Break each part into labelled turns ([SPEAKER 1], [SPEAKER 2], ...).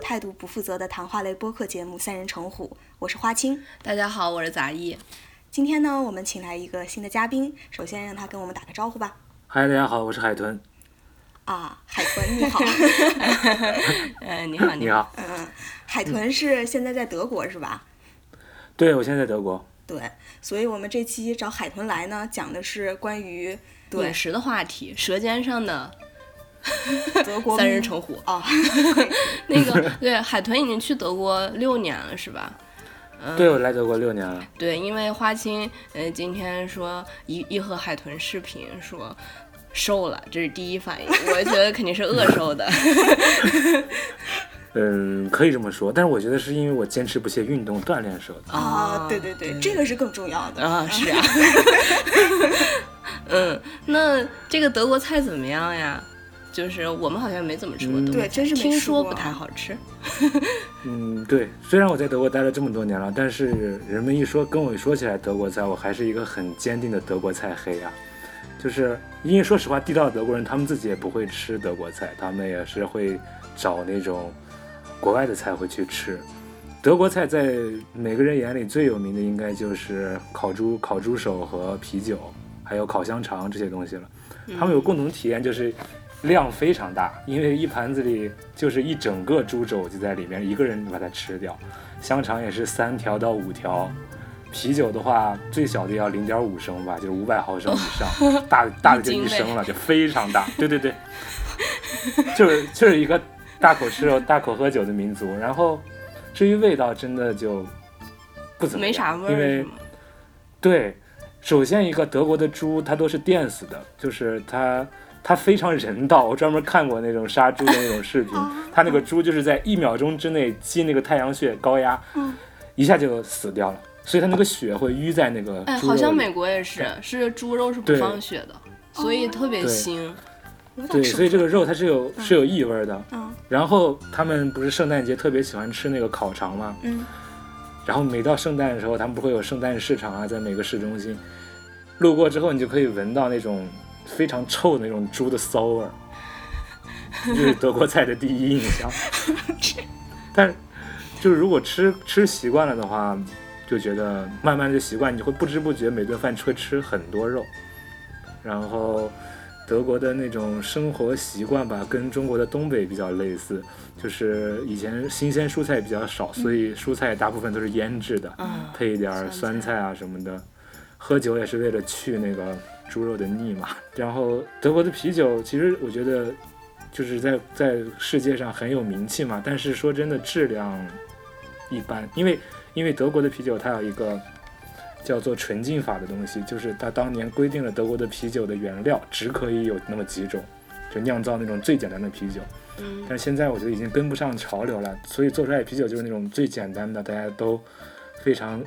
[SPEAKER 1] 态度不负责的谈话类播客节目《三人成虎》，我是花青。
[SPEAKER 2] 大家好，我是杂艺。
[SPEAKER 1] 今天呢，我们请来一个新的嘉宾，首先让他跟我们打个招呼吧。
[SPEAKER 3] 嗨，大家好，我是海豚。
[SPEAKER 1] 啊，海豚你 好，
[SPEAKER 2] 嗯，你好，
[SPEAKER 3] 你
[SPEAKER 2] 你好。
[SPEAKER 3] 好，
[SPEAKER 1] 嗯，海豚是现在在德国是吧？
[SPEAKER 3] 对我现在在德国。
[SPEAKER 1] 对，所以我们这期找海豚来呢，讲的是关于
[SPEAKER 2] 饮食的话题，《舌尖上的
[SPEAKER 1] 德国
[SPEAKER 2] 三人成虎》
[SPEAKER 1] 啊，
[SPEAKER 2] 那个，对，海豚已经去德国六年了，是吧？
[SPEAKER 3] 对我来德国六年了。
[SPEAKER 2] 对，因为花青，呃，今天说一一和海豚视频说瘦了，这是第一 反应，我觉得肯定是饿瘦的。
[SPEAKER 3] 嗯，可以这么说，但是我觉得是因为我坚持不懈运动锻炼瘦的。
[SPEAKER 1] 啊，对对对，这个是更重要的。
[SPEAKER 2] 啊，是啊。嗯，那这个德国菜怎么样呀？就是我们好像没怎么吃过德国
[SPEAKER 1] 对
[SPEAKER 2] 菜，
[SPEAKER 1] 真是没
[SPEAKER 2] 听
[SPEAKER 1] 吃过
[SPEAKER 2] 说不太好吃。
[SPEAKER 3] 嗯，对，虽然我在德国待了这么多年了，但是人们一说跟我说起来德国菜，我还是一个很坚定的德国菜黑啊。就是因为说实话，地道的德国人他们自己也不会吃德国菜，他们也是会找那种国外的菜会去吃。德国菜在每个人眼里最有名的应该就是烤猪、烤猪手和啤酒，还有烤香肠这些东西了。他们有共同体验就是量非常大，因为一盘子里就是一整个猪肘就在里面，一个人把它吃掉。香肠也是三条到五条，啤酒的话最小的要零点五升吧，就是五百毫升以上，大大的就一升了，就非常大。对对对，就是就是一个大口吃肉、大口喝酒的民族。然后至于味道，真的就不怎么
[SPEAKER 2] 没
[SPEAKER 3] 样
[SPEAKER 2] 啥味儿
[SPEAKER 3] 因
[SPEAKER 2] 是
[SPEAKER 3] 为
[SPEAKER 2] 吗？
[SPEAKER 3] 对，首先一个德国的猪它都是电死的，就是它它非常人道。我专门看过那种杀猪的那种视频
[SPEAKER 2] 哦
[SPEAKER 1] 啊，
[SPEAKER 3] 它那个猪就是在一秒钟之内击那个太阳穴高压
[SPEAKER 1] 嗯，
[SPEAKER 3] 一下就死掉了。所以它那个血会淤在那个
[SPEAKER 2] 哎，
[SPEAKER 3] 猪肉
[SPEAKER 2] 好像
[SPEAKER 3] 里
[SPEAKER 2] 美国也是，是猪肉是不
[SPEAKER 3] 对
[SPEAKER 2] 放血的，所以特别
[SPEAKER 3] 对
[SPEAKER 2] 腥。
[SPEAKER 1] 我咋
[SPEAKER 3] 对，
[SPEAKER 1] 吃不
[SPEAKER 3] 所以这
[SPEAKER 1] 出
[SPEAKER 3] 个肉它是有是有异味的。
[SPEAKER 1] 嗯
[SPEAKER 3] 然后他们不是圣诞节特别喜欢吃那个烤肠吗？
[SPEAKER 1] 嗯，
[SPEAKER 3] 然后每到圣诞的时候，他们不会有圣诞市场啊，在每个市中心路过之后，你就可以闻到那种非常臭的那种猪的骚味儿，这是德国菜的第一印象。但是，就是如果吃吃习惯了的话，就觉得慢慢就习惯，你会不知不觉每顿饭会吃很多肉。然后，德国的那种生活习惯吧，跟中国的东北比较类似，就是以前新鲜蔬菜比较少，所以蔬菜大部分都是腌制的。
[SPEAKER 2] 啊，
[SPEAKER 3] 配一点儿酸菜啊什么的。喝酒也是为了去那个猪肉的腻嘛。 然后德国的啤酒，其实我觉得就是在在世界上很有名气嘛，但是说真的质量一般，因为因为德国的啤酒它有一个叫做纯净法的东西，就是它当年规定了德国的啤酒的原料只可以有那么几种，就酿造那种最简单的啤酒。
[SPEAKER 2] 嗯，
[SPEAKER 3] 但是现在我觉得已经跟不上潮流了，所以做出来的啤酒就是那种最简单的，大家都非常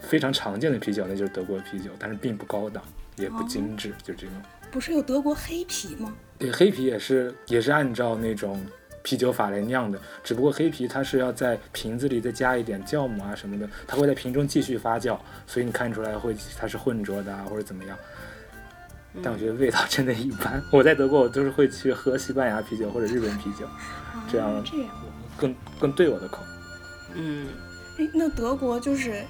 [SPEAKER 3] 非常常见的啤酒，那就是德国啤酒，但是并不高档，也不精致，就这种。
[SPEAKER 1] 不是有德国黑啤吗？
[SPEAKER 3] 对，黑啤也是也是按照那种啤酒法来酿的，只不过黑啤它是要在瓶子里再加一点酵母啊什么的，它会在瓶中继续发酵，所以你看出来会它是混浊的啊或者怎么样。但我觉得味道真的一般。我在德国，我都是会去喝西班牙啤酒或者日本啤酒，
[SPEAKER 1] 啊，
[SPEAKER 3] 这样
[SPEAKER 1] 这样。
[SPEAKER 3] 更更对我的口。
[SPEAKER 2] 嗯，
[SPEAKER 1] 哎，那德国就是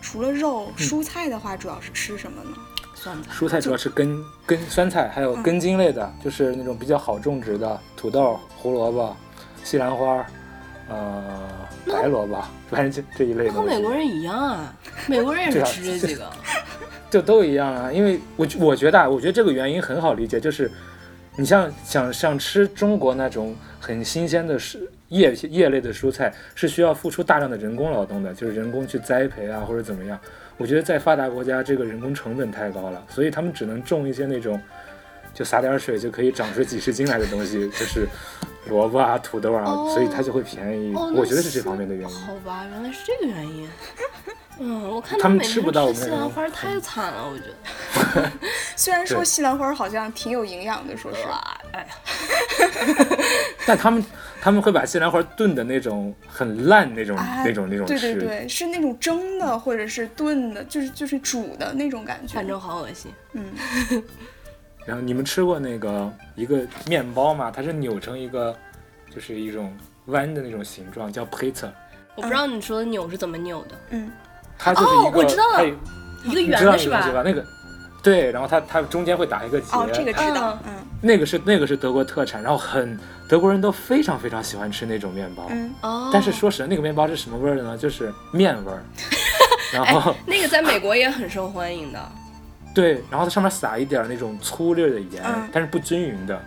[SPEAKER 1] 除了肉，
[SPEAKER 3] 嗯
[SPEAKER 1] 蔬菜的话主要是吃什么呢？
[SPEAKER 2] 酸菜。
[SPEAKER 3] 蔬菜主要是根根酸菜，还
[SPEAKER 2] 嗯
[SPEAKER 3] 有根茎类的，就是那种比较好种植的土豆、胡萝卜、西兰花，呃，白萝卜，反正就这一类的
[SPEAKER 2] 和
[SPEAKER 3] 东
[SPEAKER 2] 美
[SPEAKER 3] 西，
[SPEAKER 2] 国人一样啊，美国人也是
[SPEAKER 3] 对啊
[SPEAKER 2] 吃这几 个。
[SPEAKER 3] 就都一样啊。因为我觉我觉得啊，我觉得这个原因很好理解，就是你像想想吃中国那种很新鲜的蔬叶叶类的蔬菜，是需要付出大量的人工劳动的，就是人工去栽培啊或者怎么样。我觉得在发达国家，这个人工成本太高了，所以他们只能种一些那种就撒点水就可以长出几十斤来的东西，就是萝卜啊、土豆啊，
[SPEAKER 2] 哦
[SPEAKER 3] 所以它就会便宜。
[SPEAKER 2] 哦，那
[SPEAKER 3] 我觉得是这方面的原因。
[SPEAKER 2] 好吧，原来是这个原因。嗯，我看
[SPEAKER 3] 他们
[SPEAKER 2] 每
[SPEAKER 3] 吃
[SPEAKER 2] 天
[SPEAKER 3] 不到我们
[SPEAKER 2] 西
[SPEAKER 3] 那
[SPEAKER 2] 兰
[SPEAKER 3] 种嗯
[SPEAKER 2] 花太惨了，我觉得。
[SPEAKER 1] 虽然说
[SPEAKER 3] 对
[SPEAKER 1] 西兰花好像挺有营养的，说是
[SPEAKER 2] 哇，哎，
[SPEAKER 3] 但他们他们会把西兰花炖的那种很烂那种、
[SPEAKER 1] 啊
[SPEAKER 3] 呃那种那种
[SPEAKER 1] 对对
[SPEAKER 3] 吃，
[SPEAKER 1] 对，是那种蒸的或者是炖的，就是就是煮的那种感觉。
[SPEAKER 2] 反正好恶心。
[SPEAKER 1] 嗯，
[SPEAKER 3] 然后你们吃过那个一个面包吗？它是扭成一个，就是一种弯的那种形状，叫 pizza。
[SPEAKER 2] 我不知道你说的扭是怎么扭的，
[SPEAKER 1] 嗯，
[SPEAKER 3] 它就是一
[SPEAKER 2] 哦
[SPEAKER 3] 个，
[SPEAKER 2] 我知道了
[SPEAKER 3] 它有
[SPEAKER 2] 一个
[SPEAKER 3] 嗯你
[SPEAKER 2] 圆
[SPEAKER 3] 知道
[SPEAKER 2] 的
[SPEAKER 3] 那
[SPEAKER 2] 是
[SPEAKER 3] 个东西吧？那个，对，然后它它中间会打一个结，
[SPEAKER 1] 哦，这个知道，嗯
[SPEAKER 3] 那个是那个是德国特产，然后很德国人都非常非常喜欢吃那种面包。
[SPEAKER 1] 嗯，
[SPEAKER 2] 哦，
[SPEAKER 3] 但是说实话，那个面包是什么味儿的呢？就是面味儿。然后、
[SPEAKER 2] 那个在美国也很受欢迎的，
[SPEAKER 3] 对，然后它上面撒一点儿那种粗粒儿的盐，
[SPEAKER 1] 嗯
[SPEAKER 3] 但是不均匀的，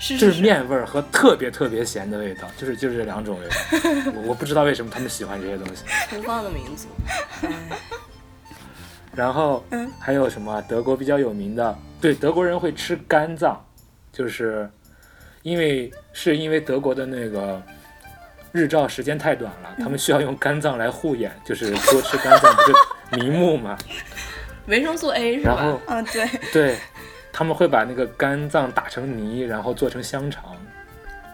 [SPEAKER 2] 是
[SPEAKER 3] 就是是面味儿和特别特别咸的味道，就是就是这两种味道。我我不知道为什么他们喜欢这些东西。
[SPEAKER 2] 厨房的民 族。哎
[SPEAKER 3] 然后
[SPEAKER 1] 嗯
[SPEAKER 3] 还有什么啊？德国比较有名的，对，德国人会吃肝脏，就是因为是因为德国的那个日照时间太短了，他们需要用肝脏来护眼，就是多吃肝脏不就明目嘛。
[SPEAKER 2] 维生素 A 是
[SPEAKER 3] 然
[SPEAKER 2] 吧
[SPEAKER 3] 后？
[SPEAKER 1] 啊，对，
[SPEAKER 3] 对， 他们会把那个肝脏打成泥，然后做成香肠，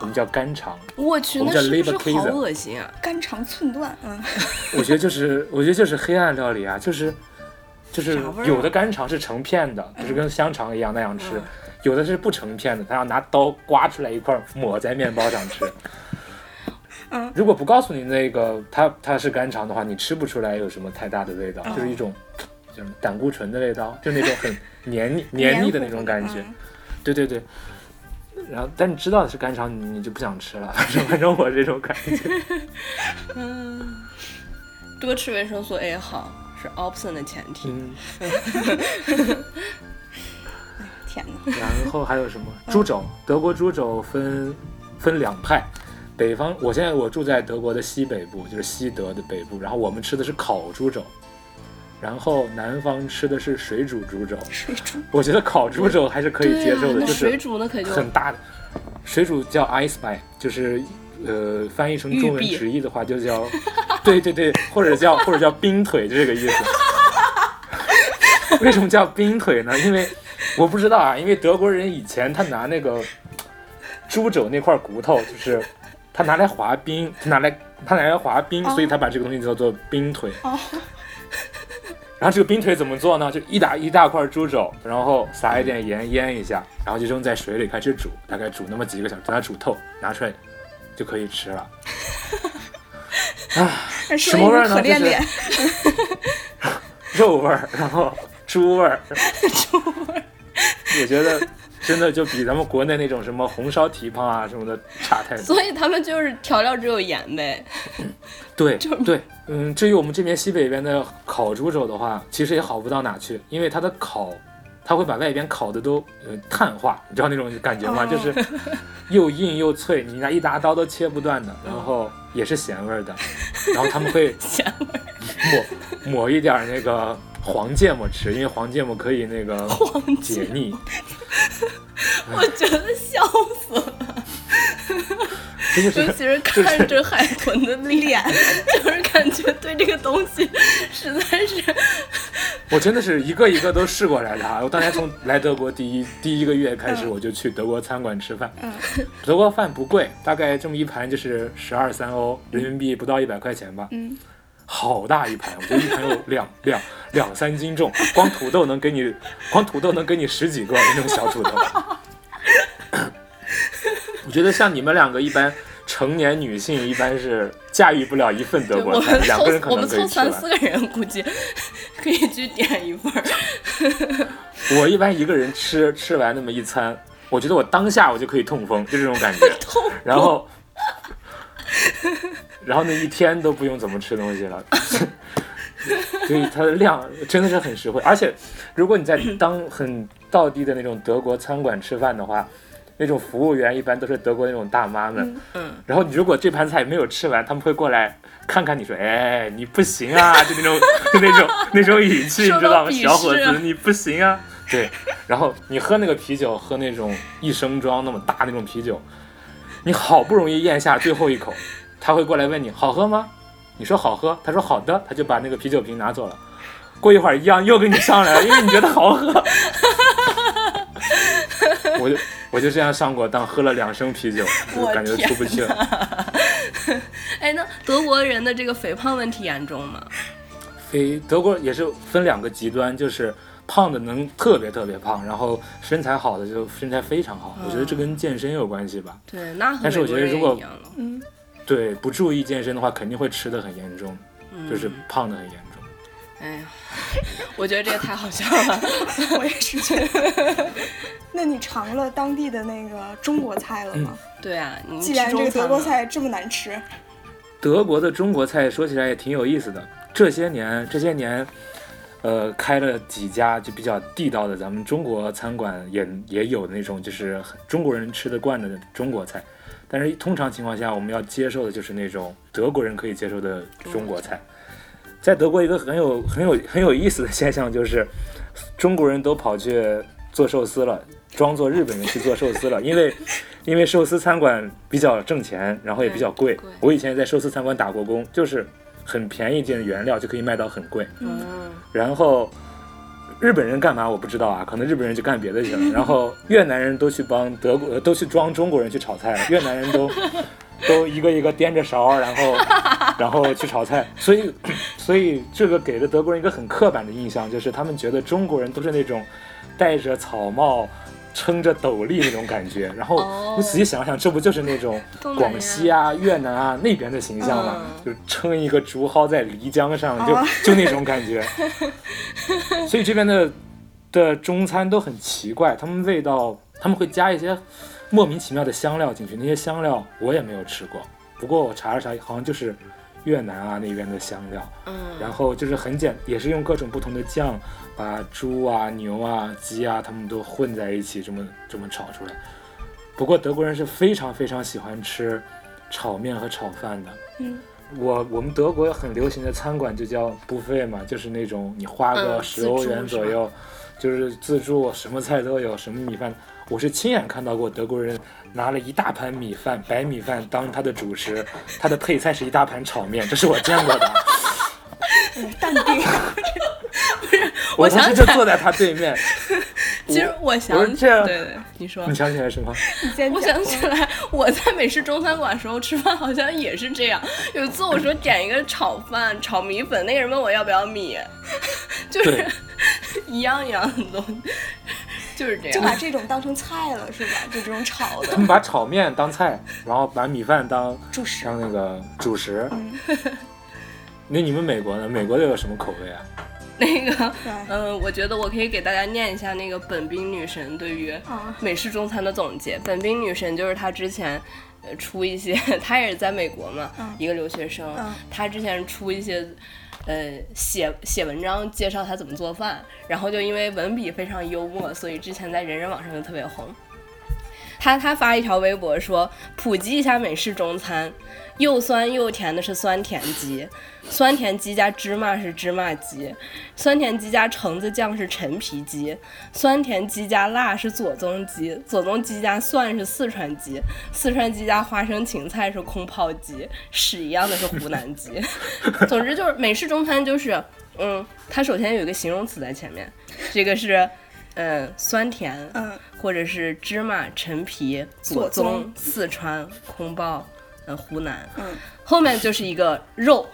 [SPEAKER 3] 我们叫肝肠。
[SPEAKER 2] 我去，
[SPEAKER 3] 我
[SPEAKER 2] 那
[SPEAKER 3] 们叫
[SPEAKER 2] 是不
[SPEAKER 3] Leber
[SPEAKER 2] 是好
[SPEAKER 3] Käse
[SPEAKER 2] 恶心啊？
[SPEAKER 1] 肝肠寸断，嗯，
[SPEAKER 3] 我觉得就是，我觉得就是黑暗料理啊，就是就是
[SPEAKER 2] 啥味儿啊
[SPEAKER 3] 有的干肠是成片的，就是跟香肠一样那样吃，
[SPEAKER 2] 嗯
[SPEAKER 3] 有的是不成片的，他要拿刀刮出来一块儿抹在面包上吃。
[SPEAKER 1] 嗯
[SPEAKER 3] 如果不告诉你那个它它是干肠的话，你吃不出来有什么太大的味道，
[SPEAKER 1] 嗯
[SPEAKER 3] 就是一种就是胆固醇的味道，就那种很黏腻黏腻的那种感觉。
[SPEAKER 1] 嗯
[SPEAKER 3] 对对对。然后，但你知道是干肠，你你就不想吃了。反正反正我这种感觉。
[SPEAKER 2] 嗯，多吃维生素 A 好，是 option 的前提。
[SPEAKER 3] 嗯，
[SPEAKER 1] 天哪，
[SPEAKER 3] 然后还有什么猪肘？德国猪肘分分两派，北方我现在我住在德国的西北部，就是西德的北部，然后我们吃的是烤猪肘，然后南方吃的是水煮猪肘。
[SPEAKER 1] 水煮，
[SPEAKER 3] 我觉得烤猪肘还是可以接受的，
[SPEAKER 2] 对啊、那
[SPEAKER 3] 就
[SPEAKER 2] 水
[SPEAKER 3] 是
[SPEAKER 2] 煮那可就
[SPEAKER 3] 很大的水煮叫 ice b y 就是呃翻译成中文
[SPEAKER 2] 玉臂
[SPEAKER 3] 直译的话就叫 对对对，或者叫或者叫冰腿就这个意思。为什么叫冰腿呢？因为我不知道啊，因为德国人以前他拿那个猪肘那块骨头，就是他拿来滑冰，他拿来他拿来滑冰，
[SPEAKER 1] 哦
[SPEAKER 3] 所以他把这个东西叫做冰腿。
[SPEAKER 1] 哦
[SPEAKER 3] 然后这个冰腿怎么做呢？就一打一大块猪肘，然后撒一点盐腌一下，然后就扔在水里开始煮，大概煮那么几个小时，等它煮透，拿出来就可以吃了。
[SPEAKER 1] 说
[SPEAKER 3] 么味
[SPEAKER 1] 一
[SPEAKER 3] 儿
[SPEAKER 1] 副呃
[SPEAKER 3] 呢
[SPEAKER 1] 可恋
[SPEAKER 3] 就是
[SPEAKER 1] 脸，
[SPEAKER 3] 肉味儿，然 后猪味儿，猪味儿，我觉得真的就比咱们国内那种什么红烧蹄膀啊什么的差太多。
[SPEAKER 2] 所以他们就是调料只有盐呗。
[SPEAKER 3] 对对，嗯，至于我们这边西北边的烤猪肘的话，其实也好不到哪去，因为它的烤，它会把外边烤的都呃碳化，你知道那种感觉吗？
[SPEAKER 1] 哦
[SPEAKER 3] 就是又硬又脆，你拿一大刀都切不断的，然后也是咸味儿的，然后他们会
[SPEAKER 2] 咸味儿
[SPEAKER 3] 抹抹一点儿那个黄芥末吃，因为黄芥末可以那个
[SPEAKER 2] 忘记
[SPEAKER 3] 解
[SPEAKER 2] 了，
[SPEAKER 3] 腻。嗯
[SPEAKER 2] 我觉得笑死了，
[SPEAKER 3] 真的
[SPEAKER 2] 尤
[SPEAKER 3] 是
[SPEAKER 2] 其是看着海豚的脸， 就是感觉对这个东西实在是
[SPEAKER 3] 我真的是一个一个都试过来的啊！我当年从来德国第一第一个月开始，
[SPEAKER 2] 嗯
[SPEAKER 3] 我就去德国餐馆吃饭。
[SPEAKER 1] 嗯
[SPEAKER 3] 德国饭不贵，大概这么一盘就是十二三欧，人民币不到一百块钱吧。
[SPEAKER 1] 嗯，
[SPEAKER 3] 好大一盘，我觉得一盘有两两两三斤重，光土豆能给你光土豆能给你十几个那种小土豆。 我觉得像你们两个一般成年女性一般是驾驭不了一份德
[SPEAKER 2] 对
[SPEAKER 3] 国
[SPEAKER 2] 我
[SPEAKER 3] 菜
[SPEAKER 2] 们，
[SPEAKER 3] 两个人
[SPEAKER 2] 凑
[SPEAKER 3] 可
[SPEAKER 2] 我
[SPEAKER 3] 能
[SPEAKER 2] 们
[SPEAKER 3] 可以
[SPEAKER 2] 凑
[SPEAKER 3] 吃完
[SPEAKER 2] 三。四个人估计可以去点一份儿。
[SPEAKER 3] 我一般一个人吃吃完那么一餐，我觉得我当下我就可以痛风，就这种感觉。然后，然后那一天都不用怎么吃东西了。 所以它的量真的是很实惠，而且如果你在当很道地的那种德国餐馆吃饭的话，那种服务员一般都是德国那种大妈们，
[SPEAKER 2] 嗯，
[SPEAKER 3] 然后你如果这盘菜没有吃完，他们会过来看看你说，哎，你不行啊，就那种就那种那种 语气，你
[SPEAKER 2] 受
[SPEAKER 3] 知道
[SPEAKER 2] 到
[SPEAKER 3] 吗？
[SPEAKER 2] 鄙视
[SPEAKER 3] 小伙子，你不行啊，对。然后你喝那个啤酒，喝那种一升装那么大那种啤酒，你好不容易咽下最后一口，他会过来问你好喝吗？你说好喝，他说好的，他就把那个啤酒瓶拿走了。过一会儿一样又给你上来了，因为你觉得好喝。 我就我就这样上过当，喝了两升啤酒，就
[SPEAKER 2] 我
[SPEAKER 3] 感觉
[SPEAKER 2] 天
[SPEAKER 3] 出不去了。
[SPEAKER 2] 哎，那德国人的这个肥胖问题严重吗？
[SPEAKER 3] 非德国也是分两个极端，就是胖的能特别特别胖，然后身材好的就身材非常好。我觉得这跟健身有关系吧。
[SPEAKER 2] 对，那和
[SPEAKER 3] 但是我
[SPEAKER 2] 美国
[SPEAKER 3] 觉
[SPEAKER 2] 人
[SPEAKER 3] 得如果
[SPEAKER 2] 也一样了。
[SPEAKER 3] 对不注意健身的话，肯定会吃的很严重，
[SPEAKER 2] 嗯
[SPEAKER 3] 就是胖的很严重。
[SPEAKER 2] 哎呀， 我觉得这个太好笑了。
[SPEAKER 1] 我也是觉得。 那你尝了当地的那个中国菜了吗？
[SPEAKER 2] 对啊，
[SPEAKER 3] 嗯
[SPEAKER 2] 你
[SPEAKER 1] 既
[SPEAKER 2] 吃
[SPEAKER 1] 然这
[SPEAKER 2] 中
[SPEAKER 1] 个
[SPEAKER 2] 餐
[SPEAKER 1] 德国
[SPEAKER 2] 吗
[SPEAKER 1] 菜这么难吃，
[SPEAKER 3] 德国的中国菜说起来也挺有意思的，这些年这些年，呃，开了几家就比较地道的，咱们中国餐馆也也有那种就是很中国人吃得惯的中国菜，但是通常情况下我们要接受的就是那种德国人可以接受的中国菜。在德国一个很有很有很有意思的现象就是，中国人都跑去做寿司了，装作日本人去做寿司了，因为因为寿司餐馆比较挣钱，然后也比较贵。
[SPEAKER 2] 对贵
[SPEAKER 3] 我以前在寿司餐馆打过工，就是很便宜一件原料就可以卖到很贵。
[SPEAKER 2] 嗯，
[SPEAKER 3] 然后日本人干嘛我不知道啊，可能日本人就干别的去 了。然后越南人都去帮德国，呃都去装中国人去炒菜了，越南人都 都一个一个掂着勺，然 后然后去炒菜。所以所以这个给了德国人一个很刻板的印象，就是他们觉得中国人都是那种戴着草帽。撑着斗笠那种感觉，然后你仔细想想，这不就是那种
[SPEAKER 2] 哦东南亚
[SPEAKER 3] 广西啊、越南啊那边的形象吗？
[SPEAKER 2] 嗯
[SPEAKER 3] 就是撑一个竹蒿在漓江上，就、就那种感觉。所以这边的的中餐都很奇怪，他们味道他们会加一些莫名其妙的香料进去，那些香料我也没有吃过，不过我查了查，好像就是越南啊那边的香料，
[SPEAKER 2] 嗯
[SPEAKER 3] 然后就是很简，也是用各种不同的酱把猪啊、牛啊、鸡啊他们都混在一起，这么这么炒出来。不过德国人是非常非常喜欢吃炒面和炒饭的，
[SPEAKER 1] 嗯，
[SPEAKER 3] 我我们德国很流行的餐馆就叫 buffet 嘛，就是那种你花个
[SPEAKER 2] 嗯
[SPEAKER 3] 十欧元
[SPEAKER 2] 自助是吧
[SPEAKER 3] 左右，就是自助，什么菜都有，什么米饭。我是亲眼看到过德国人拿了一大盘米饭，白米饭当他的主食，他的配菜是一大盘炒面，这是我见过的。
[SPEAKER 1] 嗯淡定。
[SPEAKER 3] 我
[SPEAKER 2] 想
[SPEAKER 3] 当时就坐在他对面，
[SPEAKER 2] 其实我
[SPEAKER 3] 我
[SPEAKER 2] 想
[SPEAKER 3] 是
[SPEAKER 2] 起
[SPEAKER 3] 这
[SPEAKER 2] 对
[SPEAKER 3] 样嗯
[SPEAKER 2] 对，你说
[SPEAKER 3] 你。想起来什么？
[SPEAKER 1] 你先
[SPEAKER 2] 我
[SPEAKER 1] 讲
[SPEAKER 2] 想起来，我在美式中餐馆的时候吃饭好像也是这样。有一次我说点一个炒饭、炒米粉，那个人问我要不要米，就是
[SPEAKER 3] 对
[SPEAKER 2] 一样一样的东西，就是这
[SPEAKER 1] 就把
[SPEAKER 2] 样。
[SPEAKER 1] 这种当成菜了是吧？就这种炒
[SPEAKER 3] 他
[SPEAKER 1] 的
[SPEAKER 3] 们把炒面当菜，然后把米饭当
[SPEAKER 1] 主食。
[SPEAKER 3] 当那个主食。
[SPEAKER 1] 嗯，
[SPEAKER 3] 那你们美国呢？美国都有什么口味啊？
[SPEAKER 2] 那个，
[SPEAKER 1] 对，
[SPEAKER 2] 嗯，我觉得我可以给大家念一下那个本冰女神对于
[SPEAKER 1] 啊，
[SPEAKER 2] 美式中餐的总结。本冰女神就是她之前，呃，出一些， 她也是在美国嘛，
[SPEAKER 1] 嗯
[SPEAKER 2] 一个留学生，
[SPEAKER 1] 嗯
[SPEAKER 2] 她之前出一些，呃，写写文章介绍她怎么做饭，然后就因为文笔非常幽默，所以之前在人人网上就特别红。她她发一条微博说，普及一下美式中餐，又酸又甜的是酸甜鸡，酸甜鸡加芝麻是芝麻鸡，酸甜鸡加橙子酱是陈皮鸡，酸甜鸡加辣是左宗鸡，左宗鸡加蒜是四川鸡，四川鸡加花生芹菜是空泡鸡，屎一样的是湖南鸡。 总之就是美式中餐就是，嗯，它首先有一个形容词在前面，这个是，嗯，酸甜，
[SPEAKER 1] 嗯，
[SPEAKER 2] 或者是芝麻、陈皮、
[SPEAKER 1] 左
[SPEAKER 2] 左
[SPEAKER 1] 宗
[SPEAKER 2] 宗、四川、空爆，呃，湖南，
[SPEAKER 1] 嗯，
[SPEAKER 2] 后面就是一个肉，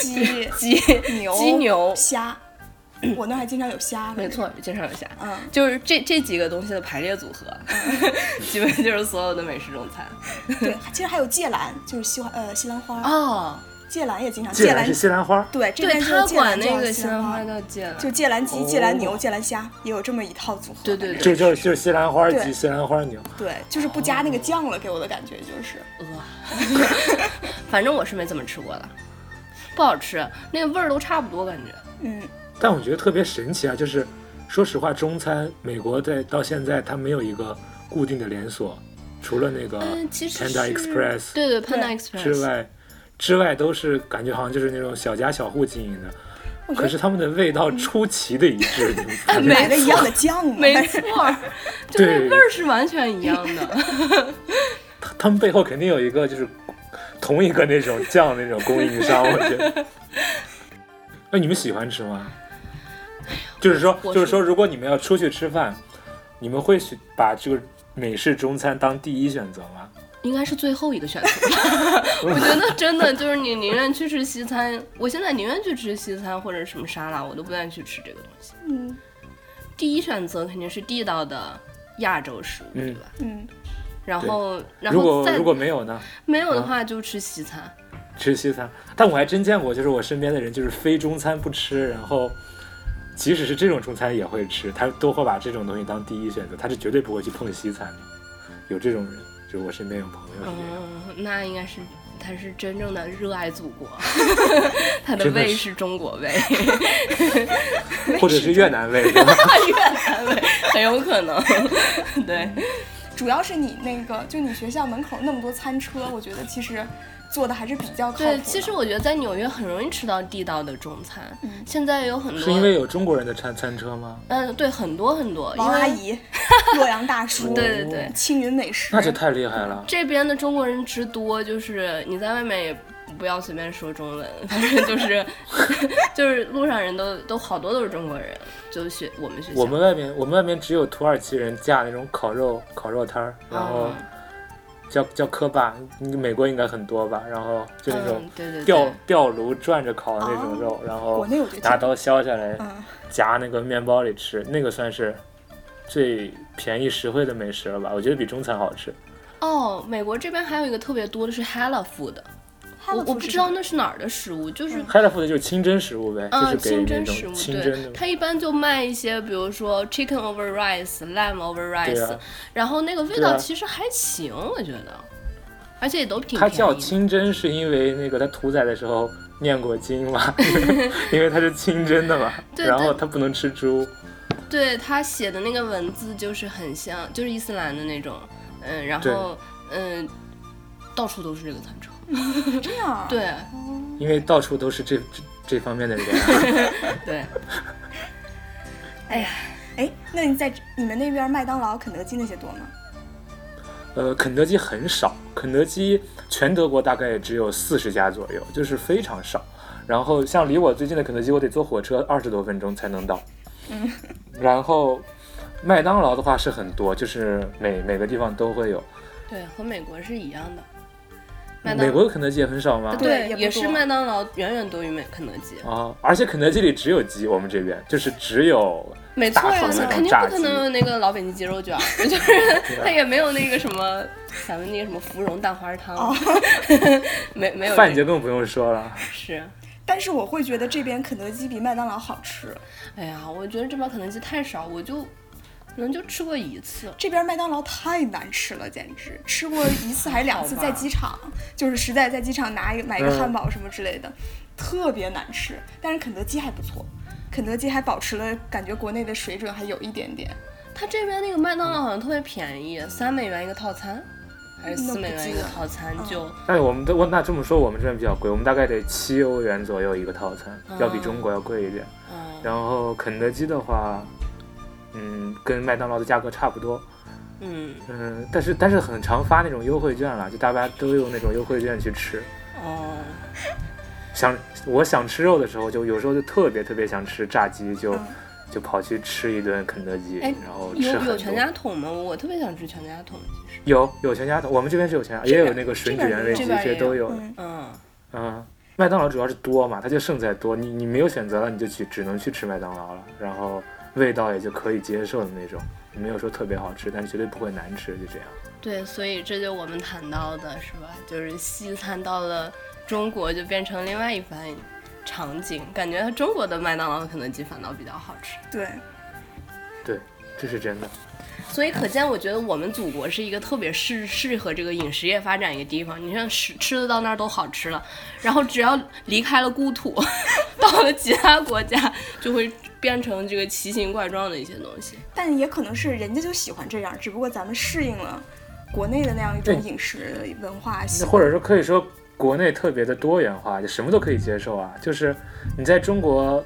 [SPEAKER 1] 鸡、
[SPEAKER 2] 鸡、
[SPEAKER 1] 牛、
[SPEAKER 2] 鸡、牛，
[SPEAKER 1] 虾，我那儿还经常有虾。
[SPEAKER 2] 没。错，经常有虾，
[SPEAKER 1] 嗯，
[SPEAKER 2] 就是这这几个东西的排列组合，嗯 基本就是所有的美式中餐。
[SPEAKER 1] 对，其实还有芥兰，就是西花呃西兰花，
[SPEAKER 2] 哦，
[SPEAKER 1] 芥兰也经常。
[SPEAKER 3] 芥
[SPEAKER 1] 兰
[SPEAKER 3] 兰是西兰花。
[SPEAKER 1] 对，这
[SPEAKER 2] 对
[SPEAKER 1] 边
[SPEAKER 2] 他
[SPEAKER 1] 就是芥
[SPEAKER 2] 管
[SPEAKER 1] 兰
[SPEAKER 2] 那
[SPEAKER 1] 叫
[SPEAKER 2] 个
[SPEAKER 1] 西
[SPEAKER 2] 西兰花
[SPEAKER 1] 花，
[SPEAKER 2] 叫芥兰，
[SPEAKER 1] 就芥兰鸡、芥兰牛、
[SPEAKER 3] 哦
[SPEAKER 1] 芥兰虾，也有这么一套组合。
[SPEAKER 2] 对对对
[SPEAKER 3] 这就是就是西兰花
[SPEAKER 1] 对
[SPEAKER 3] 鸡、西兰花牛。
[SPEAKER 1] 对，就是不加那个酱了，给我的感觉就是，
[SPEAKER 2] 哇， 反正我是没怎么吃过的，不好吃，那个味儿都差不多感觉。
[SPEAKER 1] 嗯，
[SPEAKER 3] 但我觉得特别神奇啊，就是说实话，中餐美国在到现在它没有一个固定的连锁，除了那个
[SPEAKER 2] 嗯，其实是
[SPEAKER 3] Panda Express
[SPEAKER 2] 对
[SPEAKER 1] 对
[SPEAKER 2] 对，Panda
[SPEAKER 3] 之
[SPEAKER 2] Express，
[SPEAKER 3] 外，之外都是感觉好像就是那种小家小户经营的。
[SPEAKER 1] 我觉
[SPEAKER 3] 可
[SPEAKER 1] 得
[SPEAKER 3] 是他们的味
[SPEAKER 2] 嗯
[SPEAKER 3] 道出奇的一致，你们 发现
[SPEAKER 1] 买的一样的酱嘛，
[SPEAKER 2] 没
[SPEAKER 1] 但是
[SPEAKER 2] 错儿，就
[SPEAKER 3] 对
[SPEAKER 2] 那味儿是完全一样 的。
[SPEAKER 3] 他他们背后肯定有一个就是同一个那种酱那种供应商，我觉 得。那你们喜欢吃吗？就是说，
[SPEAKER 2] 我
[SPEAKER 3] 就是
[SPEAKER 2] 是
[SPEAKER 3] 说，如果你们要出去吃饭，你们会选把这个美式中餐当第一选择吗？
[SPEAKER 2] 应该是最后一个选择。 我觉得真的就是你宁愿去吃西餐，我现在宁愿去吃西餐或者什么沙拉，我都不愿意去吃这个东西。
[SPEAKER 1] 嗯
[SPEAKER 2] 第一选择肯定是地道的亚洲食物，
[SPEAKER 3] 嗯
[SPEAKER 2] 对吧？
[SPEAKER 1] 嗯，
[SPEAKER 2] 然后然
[SPEAKER 3] 如
[SPEAKER 2] 后
[SPEAKER 3] 果
[SPEAKER 2] 再
[SPEAKER 3] 如果嗯没有呢？
[SPEAKER 2] 没有的话就吃西餐。
[SPEAKER 3] 吃西餐，但我还真见过，就是我身边的人就是非中餐不吃，然后即使是这种中餐也会吃，他都会把这种东西当第一选择，他是绝对不会去碰西餐的。有这种人，就是我身边有朋友是这样。
[SPEAKER 2] 嗯，那应该是他是真正的热爱祖 国，他的
[SPEAKER 3] 真的
[SPEAKER 2] 胃
[SPEAKER 3] 是
[SPEAKER 2] 是中国胃， 哦
[SPEAKER 3] 或者是越南味，对吧
[SPEAKER 2] 越南胃很有可 能。对，
[SPEAKER 3] 嗯
[SPEAKER 1] 主要是你那个，就你学校门口那么多餐车，我觉得其实做的还是比较靠谱的。
[SPEAKER 2] 对，其实我觉得在纽约很容易吃到地道的中餐，
[SPEAKER 1] 嗯
[SPEAKER 2] 现在有很多
[SPEAKER 3] 是因为有中国人的餐餐车吗？
[SPEAKER 2] 嗯，对，很多很多，因
[SPEAKER 1] 王阿
[SPEAKER 2] 为
[SPEAKER 1] 姨、 洛阳大 叔、
[SPEAKER 2] 对对对，
[SPEAKER 1] 青云美食
[SPEAKER 3] 哦那，就太厉害了。
[SPEAKER 2] 这边的中国人之多，就是你在外面也不要随便说中文， 反正就是就是路上人都都好多都是中国人，就学我们学校，
[SPEAKER 3] 我们外面我们外面只有土耳其人架那种烤肉烤肉摊儿，然后
[SPEAKER 2] 嗯
[SPEAKER 3] 叫叫科巴，你美国应该很多吧？然后就那种
[SPEAKER 2] 嗯对对
[SPEAKER 3] 吊
[SPEAKER 2] 对
[SPEAKER 3] 吊炉转着烤的那种肉，然后
[SPEAKER 1] 国内我觉得
[SPEAKER 3] 拿
[SPEAKER 1] 挺
[SPEAKER 3] 刀削下来
[SPEAKER 1] 嗯，
[SPEAKER 3] 夹那个面包里吃，那个算是最便宜实惠的美食了吧？我觉得比中餐好吃。
[SPEAKER 2] 哦，美国这边还有一个特别多的是 Hella Food，我我不知道那是哪儿的食物，就是。
[SPEAKER 3] 开了 food 就是清真食物呗，
[SPEAKER 2] 嗯，
[SPEAKER 3] 嗯就是给
[SPEAKER 2] 清
[SPEAKER 3] 那
[SPEAKER 2] 真
[SPEAKER 3] 种
[SPEAKER 2] 食物
[SPEAKER 3] 清真
[SPEAKER 2] 对，
[SPEAKER 3] 的。
[SPEAKER 2] 它一般就卖一些，比如说 chicken over rice、lamb over
[SPEAKER 3] 对
[SPEAKER 2] rice，、
[SPEAKER 3] 啊
[SPEAKER 2] 然后那个味
[SPEAKER 3] 对啊
[SPEAKER 2] 道其实还行，我觉得，而且也都挺
[SPEAKER 3] 它
[SPEAKER 2] 便宜
[SPEAKER 3] 叫
[SPEAKER 2] 的。
[SPEAKER 3] 清真是因为那个它屠宰的时候念过经嘛， 因为它是清真的嘛，
[SPEAKER 2] 对
[SPEAKER 3] 然后
[SPEAKER 2] 对
[SPEAKER 3] 它不能吃猪。
[SPEAKER 2] 对他写的那个文字就是很像，就是伊斯兰的那种，嗯，然后嗯，到处都是这个餐车，
[SPEAKER 1] 这样，，
[SPEAKER 2] 对
[SPEAKER 3] 因为到处都是这这这方面的人、啊，
[SPEAKER 2] 对，
[SPEAKER 1] 哎，那你在你们那边麦当劳、肯德基那些多吗？
[SPEAKER 3] 呃，肯德基很少，肯德基全德国大概也只有四十家左右，就是非常少。然后像离我最近的肯德基，我得坐火车二十多分钟才能到。嗯，然后麦当劳的话是很多，就是每每个地方都会有。
[SPEAKER 2] 对，和美国是一样的。麦当
[SPEAKER 3] 嗯美国的肯德基也很少吗？
[SPEAKER 1] 对也
[SPEAKER 2] 对
[SPEAKER 1] 不
[SPEAKER 2] 也是
[SPEAKER 1] 多
[SPEAKER 2] 麦当劳远远多于美肯德基，
[SPEAKER 3] 啊，而且肯德基里只有鸡，我们这边就是只有
[SPEAKER 2] 没错
[SPEAKER 3] 大
[SPEAKER 2] 呀，
[SPEAKER 3] 肠
[SPEAKER 2] 那
[SPEAKER 3] 那
[SPEAKER 2] 肯
[SPEAKER 3] 种
[SPEAKER 2] 定不
[SPEAKER 3] 炸
[SPEAKER 2] 可
[SPEAKER 3] 鸡。啊
[SPEAKER 2] 能有那个老北京鸡肉卷儿， 就是它也没有那个什么咱们那个什么芙蓉蛋花汤，没没有
[SPEAKER 3] 哦饭
[SPEAKER 2] 这
[SPEAKER 3] 就更不用说了，
[SPEAKER 2] 是。
[SPEAKER 1] 但是我会觉得这边肯德基比麦当劳好吃，
[SPEAKER 2] 哎呀，我觉得这边肯德基太少，我就可能就吃过一次。
[SPEAKER 1] 这边麦当劳太难吃了，简直吃过一次还是两次，
[SPEAKER 2] 好吧
[SPEAKER 1] 在机场就是实在在机场拿一个买一个
[SPEAKER 3] 嗯
[SPEAKER 1] 汉堡什么之类的，特别难吃。但是肯德基还不错，肯德基还保持了感觉国内的水准，还有一点点。
[SPEAKER 2] 他这边那个麦
[SPEAKER 3] 嗯
[SPEAKER 2] 当劳好像特别便宜，三美元一个套餐，还
[SPEAKER 1] 那
[SPEAKER 2] 是四
[SPEAKER 1] 不
[SPEAKER 2] 美元一
[SPEAKER 1] 记
[SPEAKER 2] 个
[SPEAKER 1] 得
[SPEAKER 2] 套餐就？
[SPEAKER 3] 但我们的我那这么说，我们这边比较贵，我们大概得七欧元左右一个套餐，要比
[SPEAKER 2] 嗯
[SPEAKER 3] 中国要贵一点。
[SPEAKER 2] 嗯
[SPEAKER 3] 然后肯德基的话，嗯，跟麦当劳的价格差不多，
[SPEAKER 2] 嗯
[SPEAKER 3] 嗯，但是但是很常发那种优惠券了，就大家都用那种优惠券去吃。
[SPEAKER 2] 哦，
[SPEAKER 3] 想我想吃肉的时候，就有时候就特别特别想吃炸鸡，就、
[SPEAKER 1] 嗯
[SPEAKER 3] 就跑去吃一顿肯德基，
[SPEAKER 2] 哎
[SPEAKER 3] 然后吃
[SPEAKER 2] 有
[SPEAKER 3] 很
[SPEAKER 2] 有
[SPEAKER 3] 多。
[SPEAKER 2] 全家桶吗？我特别想吃全家桶，其实。
[SPEAKER 3] 有有全家桶，我们这边是有全家，也
[SPEAKER 1] 边
[SPEAKER 3] 有那个吮指原味鸡
[SPEAKER 2] 这边也
[SPEAKER 3] 这些都有。
[SPEAKER 1] 嗯，
[SPEAKER 2] 嗯，
[SPEAKER 3] 嗯，麦当劳主要是多嘛，它就胜在多，你你没有选择了，你就去只能去吃麦当劳了，然后味道也就可以接受的那种，没有说特别好吃，但绝对不会难吃，就这样。
[SPEAKER 2] 对，所以这就我们谈到的是吧？就是西餐到了中国就变成另外一番场景，感觉中国的麦当劳、和肯德基反倒比较好吃。
[SPEAKER 1] 对，
[SPEAKER 3] 对，这是真的。
[SPEAKER 2] 所以可见，我觉得我们祖国是一个特别适适合这个饮食业发展一个地方。你像吃吃的到那儿都好吃了，然后只要离开了故土， 到了其他国家，就会变成这个奇形怪状的一些东西。
[SPEAKER 1] 但也可能是人家就喜欢这样，只不过咱们适应了国内的那样一种
[SPEAKER 3] 对
[SPEAKER 1] 饮食文化习
[SPEAKER 3] 或
[SPEAKER 1] 惯。
[SPEAKER 3] 者说可以说国内特别的多元化，就什么都可以接受啊。就是你在中国，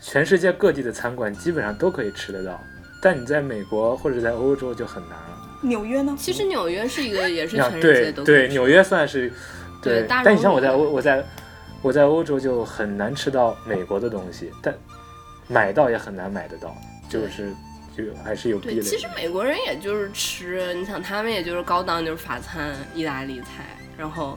[SPEAKER 3] 全世界各地的餐馆基本上都可以吃得到，但你在美国或者在欧洲就很难了。
[SPEAKER 1] 纽约呢？
[SPEAKER 2] 其实纽约是一个，也是
[SPEAKER 3] 那
[SPEAKER 2] 全世界
[SPEAKER 3] 啊对
[SPEAKER 2] 都可以
[SPEAKER 3] 对，纽约算是
[SPEAKER 2] 对
[SPEAKER 3] 对，
[SPEAKER 2] 大
[SPEAKER 3] 但
[SPEAKER 2] 熔
[SPEAKER 3] 你像我
[SPEAKER 2] 炉
[SPEAKER 3] 在欧我在我在欧洲就很难吃到美国的东西，但买到也很难买得到，就是就还是有壁
[SPEAKER 2] 对，
[SPEAKER 3] 垒。
[SPEAKER 2] 其实美国人也就是吃，你想他们也就是高档就是法餐、意大利菜，然 后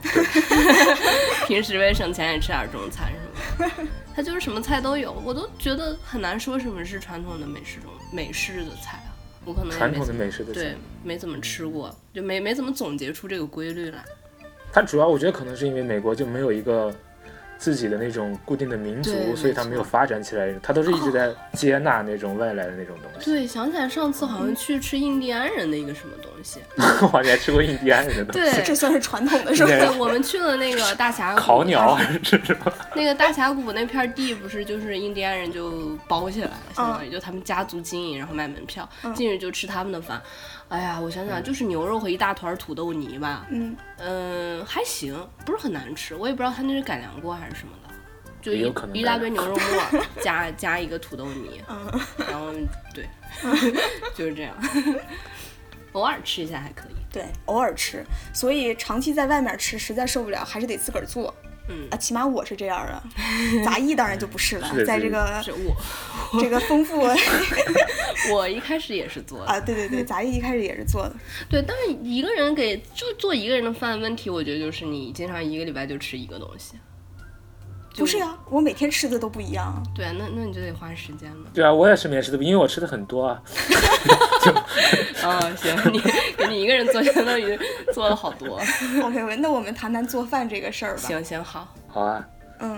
[SPEAKER 2] 平时为省钱也吃点中餐什么 的，他就是什么菜都有，我都觉得很难说什么是传统的美式中美式的菜啊。我可能也
[SPEAKER 3] 传
[SPEAKER 2] 没
[SPEAKER 3] 统的
[SPEAKER 2] 怎么
[SPEAKER 3] 美食的
[SPEAKER 2] 对
[SPEAKER 3] 菜。
[SPEAKER 2] 没怎么吃过，就没没怎么总结出这个规律来。
[SPEAKER 3] 它主要我觉得可能是因为美国就没有一个自己的那种固定的民
[SPEAKER 2] 对
[SPEAKER 3] 族，所以它
[SPEAKER 2] 没
[SPEAKER 3] 没
[SPEAKER 2] 错哦
[SPEAKER 3] 有发展起来，它都是一直在接纳那种外来的那种东西。
[SPEAKER 2] 对，想起来上次好像去吃印第安人的一个什么东西，
[SPEAKER 3] 我你还吃过印第安人的东 西？
[SPEAKER 2] 对，
[SPEAKER 1] 这算是传统的是吧？
[SPEAKER 3] 对
[SPEAKER 2] 对，我们去了那个大 峡谷，
[SPEAKER 3] 烤鸟啊还是吃什么？
[SPEAKER 2] 那个大峡谷那片地不是就是印第安人就包起来了，相当于就他们家族经营，然后卖门票进去就吃他们的饭。哎呀，我想想，
[SPEAKER 3] 嗯
[SPEAKER 2] 就是牛肉和一大团土豆泥吧，
[SPEAKER 1] 嗯，
[SPEAKER 2] 嗯，还行，不是很难吃。我也不知道他那是改良过还是什么的，就
[SPEAKER 3] 也
[SPEAKER 2] 一
[SPEAKER 3] 有可能
[SPEAKER 2] 一
[SPEAKER 3] 改
[SPEAKER 2] 大
[SPEAKER 3] 良
[SPEAKER 2] 堆牛肉末 加加一个土豆泥，然后对，就是这样， 偶尔吃一下还可以。
[SPEAKER 1] 对，偶尔吃，所以长期在外面吃实在受不了，还是得自个儿做。
[SPEAKER 2] 嗯
[SPEAKER 1] 啊，起码我是这样的， 杂艺当然就不是了，
[SPEAKER 3] 是的
[SPEAKER 1] 在这
[SPEAKER 3] 是。
[SPEAKER 1] 个
[SPEAKER 2] 是我，
[SPEAKER 1] 这个丰富
[SPEAKER 2] 我一开始也是做的。
[SPEAKER 1] 啊，对对对，杂艺一开始也是做的，
[SPEAKER 2] 对，但是一个人给就做一个人的饭，问题我觉得就是你经常一个礼拜就吃一个东西，就
[SPEAKER 1] 不是呀，我每天吃的都不一样，
[SPEAKER 2] 对啊，那那你就得花时间嘛
[SPEAKER 3] 对啊，我也是没吃的，因为我吃的很多啊。
[SPEAKER 2] 哦，行，你给你一个人做，相当于做了好多。
[SPEAKER 1] OK，那我们谈谈做饭这个事儿吧。
[SPEAKER 2] 行行好，
[SPEAKER 3] 好啊，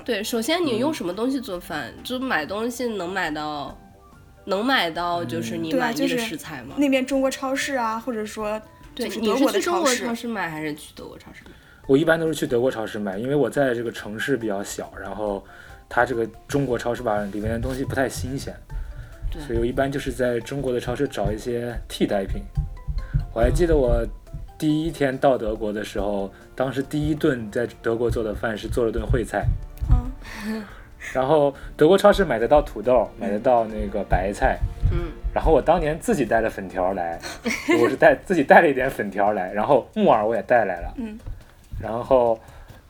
[SPEAKER 2] 对，首先你
[SPEAKER 1] 嗯
[SPEAKER 2] 用什么东西做饭？就买东西能买到，能买到就是你
[SPEAKER 1] 对啊
[SPEAKER 2] 满
[SPEAKER 1] 就
[SPEAKER 2] 意的
[SPEAKER 1] 是
[SPEAKER 2] 食材吗？
[SPEAKER 1] 那边中国超市啊，或者说
[SPEAKER 2] 对，
[SPEAKER 1] 就是
[SPEAKER 2] 你
[SPEAKER 1] 德
[SPEAKER 2] 是
[SPEAKER 1] 国的
[SPEAKER 2] 去中
[SPEAKER 1] 超
[SPEAKER 2] 国
[SPEAKER 1] 市
[SPEAKER 2] 超，市买还是去德国超市买？
[SPEAKER 3] 我一般都是去德国超市买，因为我在这个城市比较小，然后它这个中国超市吧里面的东西不太新鲜，
[SPEAKER 2] 对
[SPEAKER 3] 所以我一般就是在中国的超市找一些替代品。我还记得我第一天到德国的时候，当时第一顿在德国做的饭是做了顿烩菜，
[SPEAKER 1] 嗯，
[SPEAKER 3] 然后德国超市买得到土豆，买得到那个白菜，
[SPEAKER 2] 嗯，
[SPEAKER 3] 然后我当年自己带了粉条来， 我是带自己带了一点粉条来，然后木耳我也带来了，
[SPEAKER 1] 嗯，
[SPEAKER 3] 然后，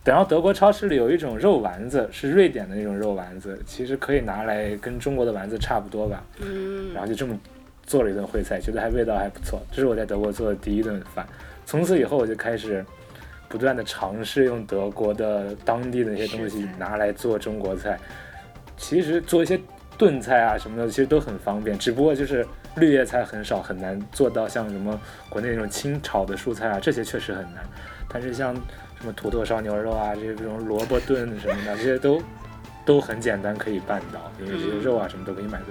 [SPEAKER 3] 然后德国超市里有一种肉丸子，是瑞典的那种肉丸子，其实可以拿来跟中国的丸子差不多吧，
[SPEAKER 2] 嗯，
[SPEAKER 3] 然后就这么做了一顿烩菜，觉得还味道还不错，这是我在德国做的第一顿饭，从此以后我就开始。不断的尝试用德国的当地的那些东
[SPEAKER 2] 食
[SPEAKER 3] 西
[SPEAKER 2] 材
[SPEAKER 3] 拿来做中国菜，其实做一些炖菜啊什么的，其实都很方便，只不过就是绿叶菜很少，很难做到像什么国内那种清炒的蔬菜啊，这些确实很难。但是像什么土豆烧牛肉啊，这些这种萝卜炖什么的，这些都都很简单可以办到，因为这些肉啊什么都可以买到。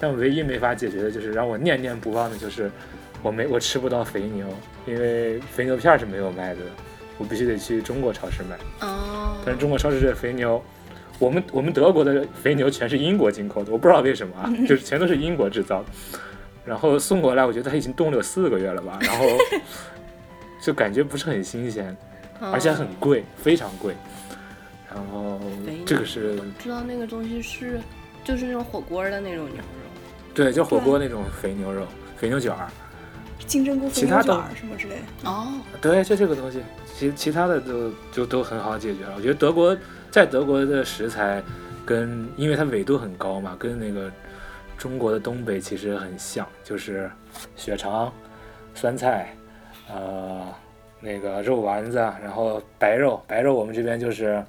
[SPEAKER 3] 但唯一没法解决的就是让我念念不忘的就是我没我吃不到肥牛，因为肥牛片儿是没有卖的，我必须得去中国超市买。
[SPEAKER 2] 哦，
[SPEAKER 3] 但是中国超市的肥牛，我们我们德国的肥牛全是英国进口的，我不知道为什么啊，
[SPEAKER 2] 嗯
[SPEAKER 3] 就是全都是英国制造的。然后送过来，我觉得它已经冻了有四个月了 吧，然后就感觉不是很新鲜，而且很
[SPEAKER 2] 哦
[SPEAKER 3] 贵，非常贵。然后
[SPEAKER 2] 肥
[SPEAKER 3] 这个是
[SPEAKER 2] 知道那个东西是，就是那种火锅的那种牛肉，
[SPEAKER 3] 对，就火锅那种肥牛肉、肥牛卷儿，
[SPEAKER 1] 金针菇肥
[SPEAKER 3] 其
[SPEAKER 1] 牛
[SPEAKER 3] 他
[SPEAKER 1] 卷
[SPEAKER 3] 都
[SPEAKER 1] 儿什么之类的。
[SPEAKER 2] 哦，
[SPEAKER 3] 对，就这个东西，其其他的都就都很好解决了。我觉得德国在德国的食材跟，因为它纬度很高嘛，跟那个中国的东北其实很像，就是血肠、酸菜，呃，那个肉丸子，啊然后白肉，白肉我们这边就是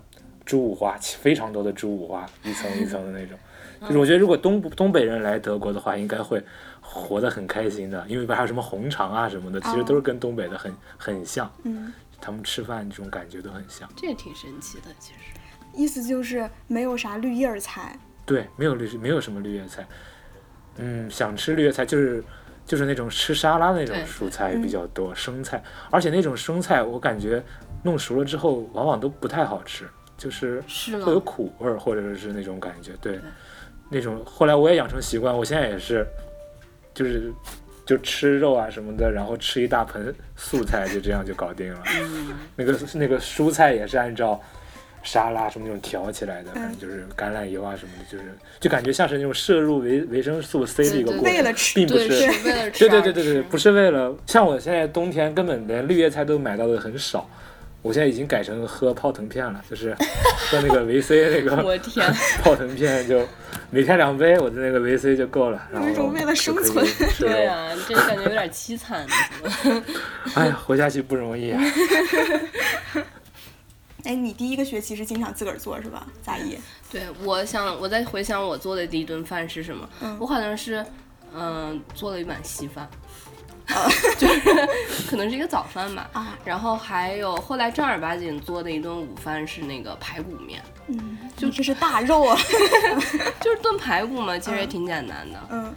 [SPEAKER 3] 猪五花，非常多的猪五花，一层一层的那种。就是我觉得，如果东东北人来德国的话，应该会活得很开心的，因为里边还有什么红肠啊什么的，其实都是跟东北的很很像，
[SPEAKER 1] 嗯，
[SPEAKER 3] 他们吃饭这种感觉都很像。
[SPEAKER 2] 这也挺神奇的，其实。
[SPEAKER 1] 意思就是没有啥绿叶儿菜，
[SPEAKER 3] 对，没有绿，没有什么绿叶菜。嗯，想吃绿叶菜就是就是那种吃沙拉那种
[SPEAKER 2] 对
[SPEAKER 3] 蔬菜
[SPEAKER 1] 嗯
[SPEAKER 3] 比较多，生菜，而且那种生菜我感觉弄熟了之后往往都不太好吃，就是
[SPEAKER 2] 是
[SPEAKER 3] 会有
[SPEAKER 2] 了，
[SPEAKER 3] 苦味儿，或者是那种感觉，对
[SPEAKER 2] 对，
[SPEAKER 3] 那种后来我也养成习惯，我现在也是，就是就吃肉啊什么的，然后吃一大盆素菜，就这样就搞定了。
[SPEAKER 2] 嗯
[SPEAKER 3] 那个那个蔬菜也是按照沙拉什么那种调起来的，反
[SPEAKER 2] 嗯
[SPEAKER 3] 正就是橄榄油啊什么的，就是就感觉像是那种摄入维维生素 C 的一个
[SPEAKER 2] 对
[SPEAKER 3] 过
[SPEAKER 1] 为
[SPEAKER 3] 程
[SPEAKER 1] 了，吃
[SPEAKER 3] 并不
[SPEAKER 2] 对，
[SPEAKER 3] 是
[SPEAKER 2] 是为了吃而吃。
[SPEAKER 3] 对对对对对，不是为了像我现在冬天根本连绿叶菜都买到的很少，我现在已经改成喝泡腾片了，就是 喝那个维 C 那个
[SPEAKER 2] 我天，
[SPEAKER 3] 泡腾片，就每天两杯，我的那个维 C 就够了。然后
[SPEAKER 1] 有一种为了生
[SPEAKER 3] 就可以
[SPEAKER 1] 存
[SPEAKER 3] 吃肉
[SPEAKER 2] 对啊，这感觉有点凄 惨。
[SPEAKER 3] 哎呀，活下去不容易啊！
[SPEAKER 1] 哎，你第一个学期是经常自个儿做是吧？ 杂艺，
[SPEAKER 2] 嗯对，我想我在回想我做的第一顿饭是什么，我好像是嗯，做了一碗稀饭，啊， 就是 可能是一个早饭吧。
[SPEAKER 1] 啊，
[SPEAKER 2] 然后还有后来正儿八经做的一顿午饭是那个排骨面，
[SPEAKER 1] 嗯，就这是大肉啊，
[SPEAKER 2] 就是炖排骨嘛，其实也挺简单的，
[SPEAKER 1] 嗯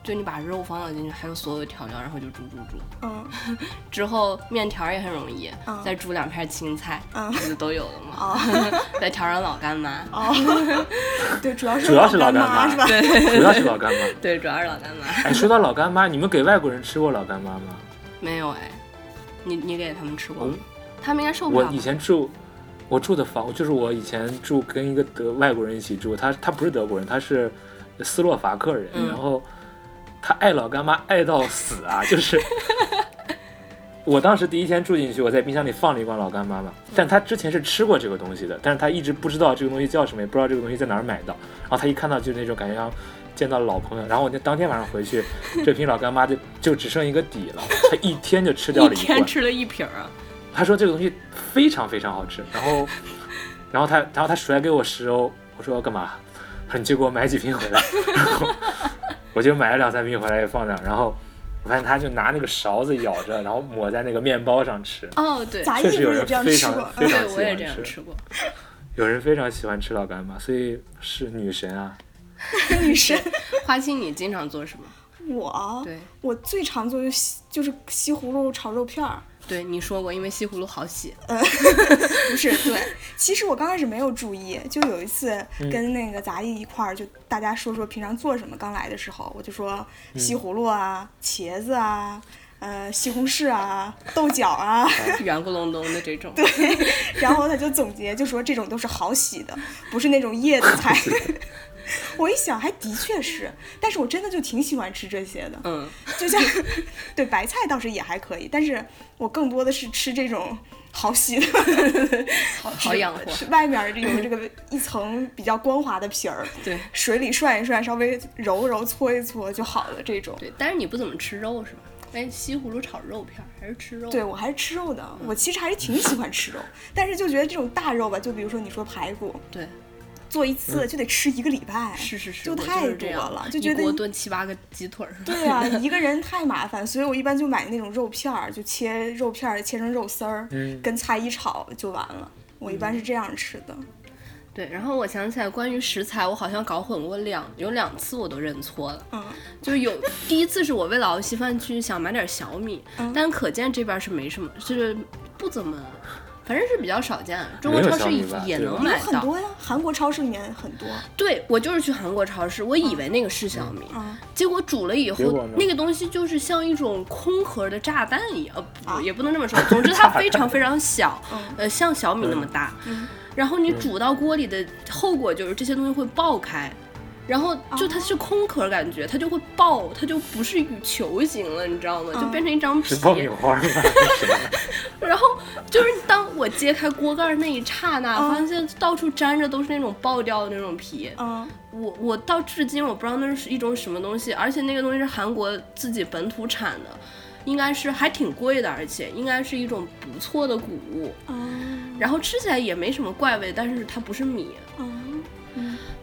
[SPEAKER 2] 就你把肉放到进去，还有所有的调料，然后就煮煮煮，
[SPEAKER 1] 嗯
[SPEAKER 2] 之后面条也很容易，
[SPEAKER 1] 嗯
[SPEAKER 2] 再煮两片青菜，
[SPEAKER 1] 嗯
[SPEAKER 2] 这不都有了吗？
[SPEAKER 1] 啊
[SPEAKER 2] 再调上老干妈，
[SPEAKER 1] 哦， 对，主要是
[SPEAKER 3] 主要是老
[SPEAKER 1] 干
[SPEAKER 3] 干妈
[SPEAKER 1] 是吧？
[SPEAKER 2] 对
[SPEAKER 3] 主要是老干妈。
[SPEAKER 2] 对，主要是老干妈。
[SPEAKER 3] 哎，说到老干妈，你们给外国人吃过老干妈吗？
[SPEAKER 2] 没有哎，你你给他们吃过
[SPEAKER 3] 我
[SPEAKER 2] 吗？他们应该受不
[SPEAKER 3] 嗯我
[SPEAKER 2] 了吧
[SPEAKER 3] 以。前住，我住的房就是我以前住跟一个德外国人一起住，他他不是德国人，他是斯洛伐克人，
[SPEAKER 2] 嗯
[SPEAKER 3] 然后他爱老干妈爱到死啊，就是。 我当时第一天住进去，我在冰箱里放了一罐老干妈嘛，
[SPEAKER 2] 嗯
[SPEAKER 3] 但他之前是吃过这个东西的，但是他一直不知道这个东西叫什么，也不知道这个东西在哪儿买到。然后他一看到就那种感觉像见到老朋友，然后我就当天晚上回去，这瓶老干妈就就只剩一个底了，他一天就吃 掉
[SPEAKER 2] 一
[SPEAKER 3] 了一罐
[SPEAKER 2] 天。吃了一瓶儿啊！
[SPEAKER 3] 他说这个东西非常非常好吃，然后， 然后他，然后他甩给我十欧，我说要干嘛？他说你就给我买几瓶回来，然后我就买了两三瓶回来也放那儿，然后我发现他就拿那个勺子舀着，然后抹在那个面包上吃，
[SPEAKER 2] 哦，对，
[SPEAKER 1] 咱
[SPEAKER 3] 确
[SPEAKER 1] 一
[SPEAKER 3] 实有
[SPEAKER 1] 直也
[SPEAKER 3] 人
[SPEAKER 1] 这样
[SPEAKER 3] 非
[SPEAKER 1] 吃
[SPEAKER 3] 常
[SPEAKER 1] 过，
[SPEAKER 3] 非
[SPEAKER 1] 嗯
[SPEAKER 3] 常
[SPEAKER 2] 对，
[SPEAKER 3] 喜
[SPEAKER 2] 我也
[SPEAKER 3] 欢
[SPEAKER 2] 这样
[SPEAKER 3] 吃，
[SPEAKER 2] 吃过。
[SPEAKER 3] 有人非常喜欢吃老干妈，所以是女神啊，
[SPEAKER 1] 女生，
[SPEAKER 2] 花青，你经常做什么？
[SPEAKER 1] 我
[SPEAKER 2] 对，
[SPEAKER 1] 我最常做就西就是西葫芦炒肉片儿，
[SPEAKER 2] 对你说过，因为西葫芦好洗。
[SPEAKER 3] 哦
[SPEAKER 1] 不是对，其实我刚开始没有注意，就有一次
[SPEAKER 3] 嗯
[SPEAKER 1] 跟那个杂艺一块儿，就大家说说平常做什么。刚来的时候，我就说
[SPEAKER 3] 嗯
[SPEAKER 1] 西葫芦啊、茄子啊、呃西红柿啊、豆角啊，
[SPEAKER 2] 圆咕隆咚的这种，
[SPEAKER 1] 然后他就总结，就说这种都是好洗的，不是那种叶子菜。 我一想，还的确是，但是我真的就挺喜欢吃这些的，
[SPEAKER 2] 嗯，
[SPEAKER 1] 就像对白菜倒是也还可以，但是我更多的是吃这种好洗的，
[SPEAKER 2] 好好养活。
[SPEAKER 1] 是外面儿有这个一层比较光滑的皮儿，
[SPEAKER 2] 对
[SPEAKER 1] 水里涮一涮，稍微揉揉搓一搓就好了。这种，
[SPEAKER 2] 对，但是你不怎么吃肉是吧？哎，西葫芦炒肉片儿还是吃肉？
[SPEAKER 1] 对我还是吃肉的，我其实还是挺喜欢吃肉，但是就觉得这种大肉吧，就比如说你说排骨，
[SPEAKER 2] 对，
[SPEAKER 1] 做一次就得吃一个礼拜，
[SPEAKER 2] 是是是，
[SPEAKER 1] 就
[SPEAKER 2] 我
[SPEAKER 1] 太
[SPEAKER 2] 是这
[SPEAKER 1] 多
[SPEAKER 2] 样
[SPEAKER 1] 了就觉得
[SPEAKER 2] 一锅炖七八个鸡腿儿。
[SPEAKER 1] 对啊，一个人太麻烦，所以我一般就买那种肉片儿，就切肉片儿切成肉丝儿，
[SPEAKER 3] 嗯
[SPEAKER 1] 跟菜一炒就完了。我一般是这样吃的。
[SPEAKER 2] 对，然后我想起来，关于食材，我好像搞混过两有两次，我都认错了。
[SPEAKER 1] 嗯，
[SPEAKER 2] 就是有第一次是我为了熬稀饭去想买点小米，
[SPEAKER 1] 嗯
[SPEAKER 2] 但可见这边是没什么，就是不怎么，反正是比较少见。中国
[SPEAKER 3] 没有
[SPEAKER 2] 超
[SPEAKER 3] 小
[SPEAKER 2] 市
[SPEAKER 3] 米
[SPEAKER 2] 也
[SPEAKER 3] 吧
[SPEAKER 2] 也
[SPEAKER 3] 对
[SPEAKER 2] 能
[SPEAKER 3] 吧
[SPEAKER 1] 有
[SPEAKER 2] 买
[SPEAKER 1] 很
[SPEAKER 2] 到。
[SPEAKER 1] 多呀，韩国超市里面很多。
[SPEAKER 2] 对我就是去韩国超市，我以为那个是小米，
[SPEAKER 1] 啊
[SPEAKER 2] 结果煮了以
[SPEAKER 3] 结果
[SPEAKER 2] 后
[SPEAKER 3] 呢，
[SPEAKER 2] 那个东西就是像一种空盒的炸弹一样，呃不
[SPEAKER 1] 啊
[SPEAKER 2] 也不能这么说，总之它非常非常小
[SPEAKER 1] 嗯，
[SPEAKER 2] 呃，像小米那么大
[SPEAKER 1] 嗯。
[SPEAKER 2] 然后你煮到锅里的后果就是这些东西会爆开，然后就它是空壳感觉，它就会爆，它就不是球形了，你知道吗？就
[SPEAKER 1] 啊
[SPEAKER 2] 变成一张皮
[SPEAKER 3] 是。爆米花吗？
[SPEAKER 2] 然后就是当我揭开锅盖那一刹那，
[SPEAKER 1] 啊
[SPEAKER 2] 发现到处粘着都是那种爆掉的那种皮。
[SPEAKER 1] 嗯
[SPEAKER 2] 我我到至今我不知道那是一种什么东西，而且那个东西是韩国自己本土产的，应该是还挺贵的，而且应该是一种不错的谷物，
[SPEAKER 1] 嗯
[SPEAKER 2] 然后吃起来也没什么怪味，但是它不是米。
[SPEAKER 1] 嗯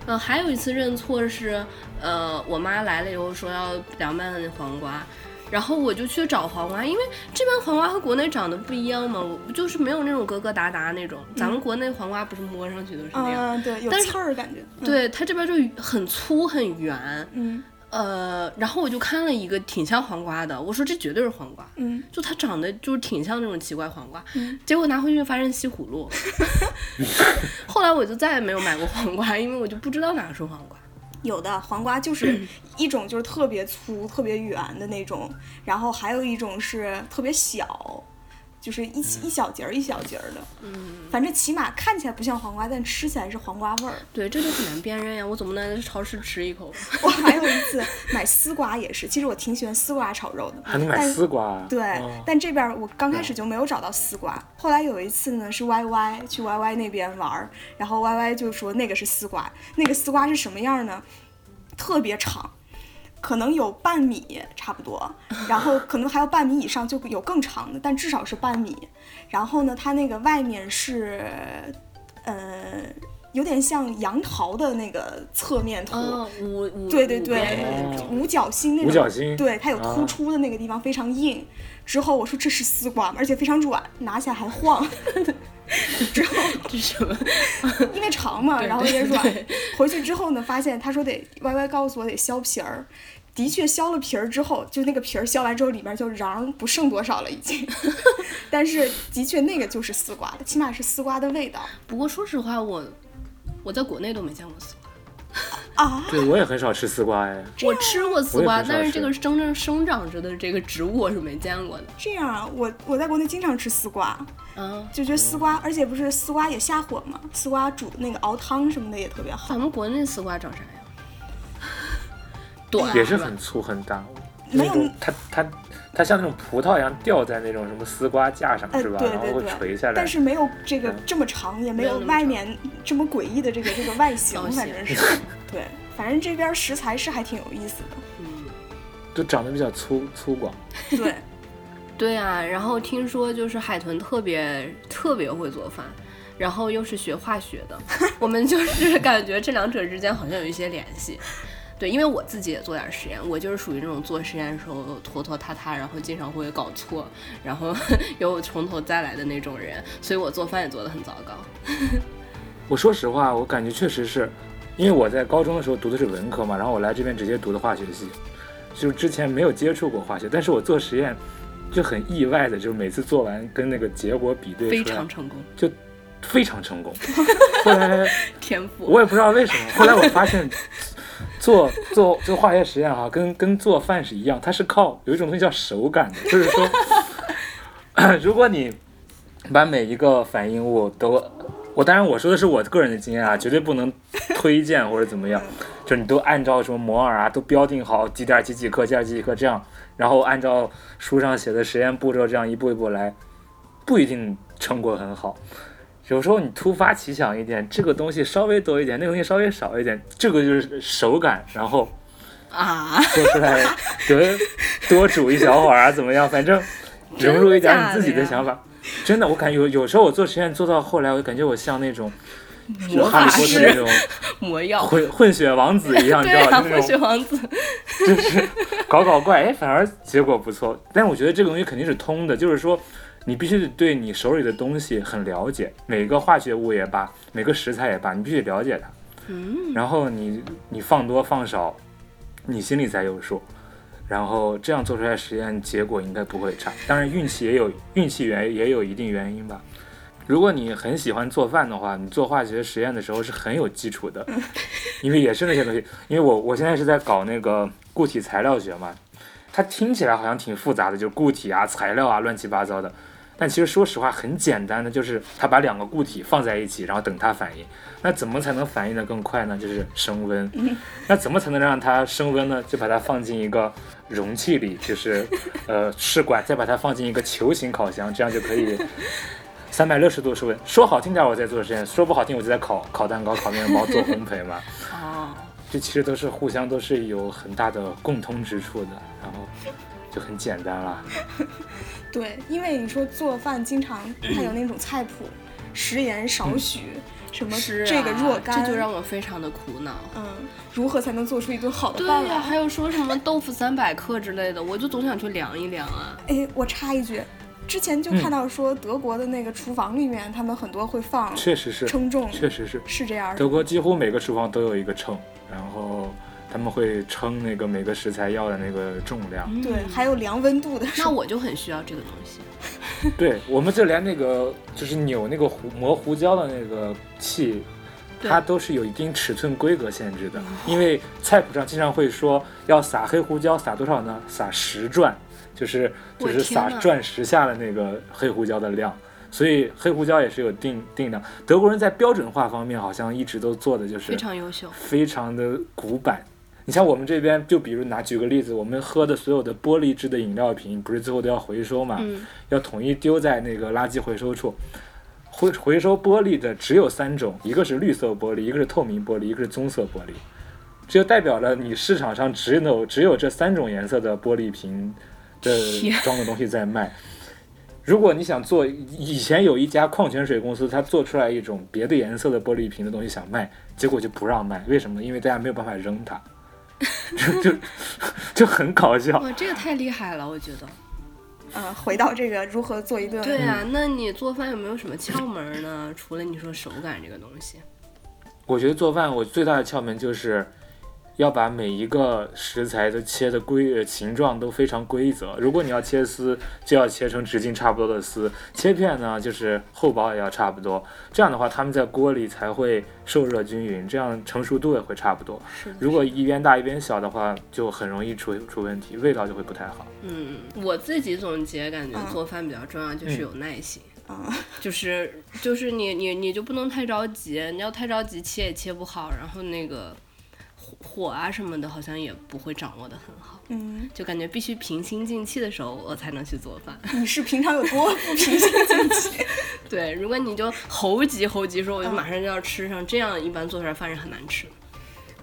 [SPEAKER 2] 呃，还有一次认错是，呃，我妈来了以后说要凉拌的黄瓜，然后我就去找黄瓜，因为这边黄瓜和国内长得不一样嘛，我就是没有那种疙疙瘩瘩那种，咱们国内黄瓜不是摸上去都是那样，
[SPEAKER 1] 嗯，对，有
[SPEAKER 2] 但是
[SPEAKER 1] 刺儿感觉。嗯，
[SPEAKER 2] 对，它这边就很粗很圆，
[SPEAKER 1] 嗯
[SPEAKER 2] 呃，然后我就看了一个挺像黄瓜的，我说这绝对是黄瓜，
[SPEAKER 1] 嗯，
[SPEAKER 2] 就它长得就是挺像那种奇怪黄瓜，
[SPEAKER 1] 嗯
[SPEAKER 2] 结果拿回去发现西葫芦， 后来我就再也没有买过黄瓜，因为我就不知道哪个是黄瓜。
[SPEAKER 1] 有的黄瓜就是一种就是特别粗、特别圆的那种，然后还有一种是特别小，就是一起一小节儿一小节儿的。嗯，反正起码看起来不像黄瓜，但吃起来是黄瓜味儿。
[SPEAKER 2] 对，这就很难辨认呀，我总不能在超市吃一口吧。
[SPEAKER 1] 我还有一次买丝瓜也是，其实我挺喜欢丝瓜炒肉的，
[SPEAKER 3] 还能买
[SPEAKER 1] 但
[SPEAKER 3] 丝瓜啊？
[SPEAKER 1] 对，
[SPEAKER 3] 哦
[SPEAKER 1] 但这边儿我刚开始就没有找到丝瓜，后来有一次呢是 Y Y 去 Y Y 那边玩儿，然后 Y Y 就说那个是丝瓜，那个丝瓜是什么样儿呢？特别长，可能有半米差不多， 然后可能还有半米以上，就有更长的，但至少是半米。然后呢，它那个外面是，呃，有点像杨桃的那个侧面图，
[SPEAKER 2] 哦，五 五
[SPEAKER 1] 对对
[SPEAKER 2] 五
[SPEAKER 1] 对
[SPEAKER 2] 边的那 种，
[SPEAKER 1] 五角星那种
[SPEAKER 3] 五角星
[SPEAKER 1] 对，它有突
[SPEAKER 3] 啊
[SPEAKER 1] 出的那个地方非常硬。之后我说这是丝瓜吗，而且非常软，拿起来还晃。 之后
[SPEAKER 2] 这是什么？
[SPEAKER 1] 因为长嘛，
[SPEAKER 2] 对
[SPEAKER 1] 然后
[SPEAKER 2] 对
[SPEAKER 1] 也 软
[SPEAKER 2] 对。
[SPEAKER 1] 回去之后呢，发现他说得歪歪告诉我得削皮儿，的确削了皮儿之后，就那个皮儿削完之后里面就瓤不剩多少了已经。 但是的确那个就是丝瓜了，起码是丝瓜的味道
[SPEAKER 2] 不过说实话，我我在国内都没见过丝瓜，
[SPEAKER 1] 啊。
[SPEAKER 3] 对我也很少吃丝瓜哎，
[SPEAKER 2] 我吃过丝
[SPEAKER 3] 我
[SPEAKER 2] 瓜，
[SPEAKER 3] 也很少
[SPEAKER 2] 但是
[SPEAKER 3] 吃
[SPEAKER 2] 这个真正生长着的这个植物我是没见过的。
[SPEAKER 1] 这样啊，我我在国内经常吃丝瓜，
[SPEAKER 2] 啊，
[SPEAKER 1] 就觉得丝瓜，而且不是丝瓜也下火嘛，丝瓜煮那个熬汤什么的也特别好。
[SPEAKER 2] 咱们国内丝瓜长啥样？ 短
[SPEAKER 3] 也是
[SPEAKER 2] 吧
[SPEAKER 3] 很粗很大，
[SPEAKER 1] 没
[SPEAKER 3] 那
[SPEAKER 1] 有
[SPEAKER 3] 种它它它像那种葡萄一样吊在那种什么丝瓜架上
[SPEAKER 1] 呃，
[SPEAKER 3] 是吧？
[SPEAKER 1] 对
[SPEAKER 3] 然
[SPEAKER 1] 对
[SPEAKER 3] 后会
[SPEAKER 1] 对
[SPEAKER 3] 垂下来。
[SPEAKER 1] 但是没有这个
[SPEAKER 3] 嗯
[SPEAKER 1] 这么长，也没
[SPEAKER 2] 没有
[SPEAKER 1] 有
[SPEAKER 2] 那么
[SPEAKER 1] 外
[SPEAKER 2] 长
[SPEAKER 1] 面这么诡异的这个这个外形
[SPEAKER 2] 造，
[SPEAKER 1] 反
[SPEAKER 2] 型
[SPEAKER 1] 正是对，反正这边食材是还挺有意思的。
[SPEAKER 2] 嗯，
[SPEAKER 3] 就长得比较粗粗犷。
[SPEAKER 1] 对，
[SPEAKER 2] 对啊。然后听说就是海豚特别特别会做饭，然后又是学化学 的，我们就是 感觉这两者之间好像有一些联系。对，因为我自己也做点实验，我就是属于那种做实验的时候拖拖沓沓，然后经常会搞错，然后 又从头再来的那种人，所以我做饭也做得很糟糕。
[SPEAKER 3] 我说实话，我感觉确实是，因为我在高中的时候读的是文科嘛，然后我来这边直接读的化学系，就是之前没有接触过化学，但是我做实验就很意外的，就是每次做完跟那个结果比对
[SPEAKER 2] 非
[SPEAKER 3] 出来
[SPEAKER 2] 常成功，
[SPEAKER 3] 就非常成功。 后来
[SPEAKER 2] 天赋。
[SPEAKER 3] 我也不知道为什么，后来我发现做做做化学实验哈、跟跟做饭是一样，它是靠有一种东西叫手感的，就是说， 如果你把每一个反应物都，我当然我说的是我个人的经验啊，绝对不能推荐或者怎么样，就是你都按照什么摩尔啊都标定好几点几几克几点几几克这样，然后按照书上写的实验步骤这样一步一步来，不一定成果很好。有时候你突发奇想一点，这个东西稍微多一点，那个东西稍微少一点，这个就是手感，然后
[SPEAKER 2] 啊，
[SPEAKER 3] 做出来多多煮一小会儿啊，怎么样？反正融入一点你自己的想法。真的，我感觉有有时候我做实验做到后来，我感觉我像那种就是
[SPEAKER 2] 魔
[SPEAKER 3] 哈利
[SPEAKER 2] 法
[SPEAKER 3] 波特
[SPEAKER 2] 师
[SPEAKER 3] 那种
[SPEAKER 2] 魔药，
[SPEAKER 3] 混混血王子一样， 你知
[SPEAKER 2] 对
[SPEAKER 3] 道
[SPEAKER 2] 啊，
[SPEAKER 3] 吧？
[SPEAKER 2] 混
[SPEAKER 3] 那
[SPEAKER 2] 血
[SPEAKER 3] 种
[SPEAKER 2] 王子，
[SPEAKER 3] 就是 搞搞怪，哎，反而结果不错。但我觉得这个东西肯定是通的，就是说你必须得对你手里的东西很了解，每个化学物也罢，每个食材也罢，你必须得了解它。
[SPEAKER 2] 嗯，
[SPEAKER 3] 然后你你放多放少，你心里才有数。然后这样做出来的实验结果应该不会差，当然运气也有运气原也有一定原因吧。如果你很喜欢做饭的话，你做化学实验的时候是很有基础的，因为也是那些东西。因为我我现在是在搞那个固体材料学嘛，它听起来好像挺复杂的，就固体啊、材料啊、乱七八糟的。但其实说实话很简单的，就是它把两个固体放在一起，然后等它反应。那怎么才能反应得更快呢？就是升温。那怎么才能让它升温呢？就把它放进一个容器里，就是呃试管，再把它放进一个球形烤箱，这样就可以三百六十度升温。说好听点，我在做实验；说不好听，我就在烤烤蛋糕、烤面包、做烘焙嘛。
[SPEAKER 2] 哦，
[SPEAKER 3] 这其实都是互相都是有很大的共通之处的，然后就很简单了。
[SPEAKER 1] 对，因为你说做饭经常它有那种菜谱，食盐
[SPEAKER 3] 嗯
[SPEAKER 1] 少许，什么
[SPEAKER 2] 是啊
[SPEAKER 1] 这个若干，
[SPEAKER 2] 这就让我非常的苦恼。
[SPEAKER 1] 嗯，如何才能做出一顿好的
[SPEAKER 2] 对
[SPEAKER 1] 饭
[SPEAKER 2] 呀、
[SPEAKER 1] 来？
[SPEAKER 2] 还有说什么豆腐三百克之类的，我就总想去量一量啊。
[SPEAKER 1] 哎，我插一句，之前
[SPEAKER 3] 嗯
[SPEAKER 1] 就看到说德国的那个厨房里面，他们很多会放
[SPEAKER 3] 确实是，
[SPEAKER 1] 称重，
[SPEAKER 3] 确实是。
[SPEAKER 1] 是这样的
[SPEAKER 3] 德国几乎每个厨房都有一个秤，然后他们会称那个每个食材要的那个重量。
[SPEAKER 1] 对，还有量温度的时
[SPEAKER 2] 嗯那
[SPEAKER 1] 候，
[SPEAKER 2] 我就很需要这个东西。
[SPEAKER 3] 对我们这连那个就是扭那个胡磨胡椒的那个器，
[SPEAKER 2] 对嗯
[SPEAKER 3] 它都是有一定尺寸规格限制的，因为菜谱上经常会说要撒黑胡椒，撒多少呢？撒十转，就是
[SPEAKER 2] 我
[SPEAKER 3] 就
[SPEAKER 2] 的
[SPEAKER 3] 是
[SPEAKER 2] 天
[SPEAKER 3] 撒
[SPEAKER 2] 呐
[SPEAKER 3] 转十下的那个黑胡椒的量。所以黑胡椒也是有定定量。德国人在标准化方面好像一直都做的就是
[SPEAKER 2] 非常优秀，
[SPEAKER 3] 非常的古板。你像我们这边，就比如拿举个例子，我们喝的所有的玻璃制的饮料瓶，不是最后都要回收嘛？
[SPEAKER 2] 嗯
[SPEAKER 3] 要统一丢在那个垃圾回收处。回回收玻璃的只有三种，一个是绿色玻璃，一个是透明玻璃，一个是棕色玻璃。这就代表了你市场上只有只有这三种颜色的玻璃瓶的
[SPEAKER 2] 天
[SPEAKER 3] 装的东西在卖。如果你想做，以前有一家矿泉水公司，它做出来一种别的颜色的玻璃瓶的东西想卖，结果就不让卖，为什么呢？因为大家没有办法扔它， 就就 就很搞笑。
[SPEAKER 2] 哇，这个太厉害了，我觉得。
[SPEAKER 1] 呃，回到这个如何做一顿，
[SPEAKER 2] 对啊，那你做饭有没有什么窍门呢？除了你说手感这个东西，
[SPEAKER 3] 我觉得做饭我最大的窍门就是要把每一个食材都切的规呃形状都非常规则。如果你要切丝，就要切成直径差不多的丝；切片呢，就是厚薄也要差不多。这样的话，它们在锅里才会受热均匀，这样成熟度也会差不多。
[SPEAKER 2] 是的。
[SPEAKER 3] 如果一边大一边小的话，就很容易出出问题，味道就会不太好。
[SPEAKER 2] 嗯，我自己总结感觉
[SPEAKER 1] 嗯
[SPEAKER 2] 做饭比较重要就是有耐心，
[SPEAKER 1] 嗯，
[SPEAKER 2] 就是就是你你你就不能太着急，你要太着急切也切不好，然后那个火火啊什么的，好像也不会掌握的很好，
[SPEAKER 1] 嗯，
[SPEAKER 2] 就感觉必须平心静气的时候我才能去做饭。
[SPEAKER 1] 你 是平常有多不平心静气？
[SPEAKER 2] 对，如果你就猴急猴急说我就马上就要吃上，这样一般做出来饭是很难吃的。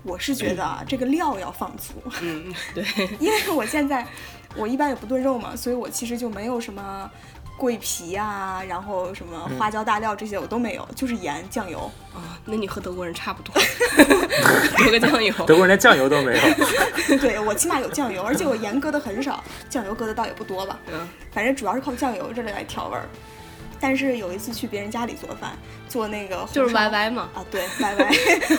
[SPEAKER 1] 我是觉得啊，这个料要放足，
[SPEAKER 2] 嗯，对，
[SPEAKER 1] 因为我现在我一般也不炖肉嘛，所以我其实就没有什么桂皮啊，然后什么花椒大料这些我都没有，就是盐、酱油。
[SPEAKER 2] 啊，那你和德国人差不多， 多个 酱油。
[SPEAKER 3] 德国人连酱油都没有，
[SPEAKER 1] 对我起码有酱油，而且我盐搁的很少，酱油搁的倒也不多吧，
[SPEAKER 2] 嗯，
[SPEAKER 1] 反正主要是靠酱油这里来调味儿。但是有一次去别人家里做饭，做那个红
[SPEAKER 2] 就是 YY
[SPEAKER 1] 烧
[SPEAKER 2] 嘛，
[SPEAKER 1] 啊，对，拜拜，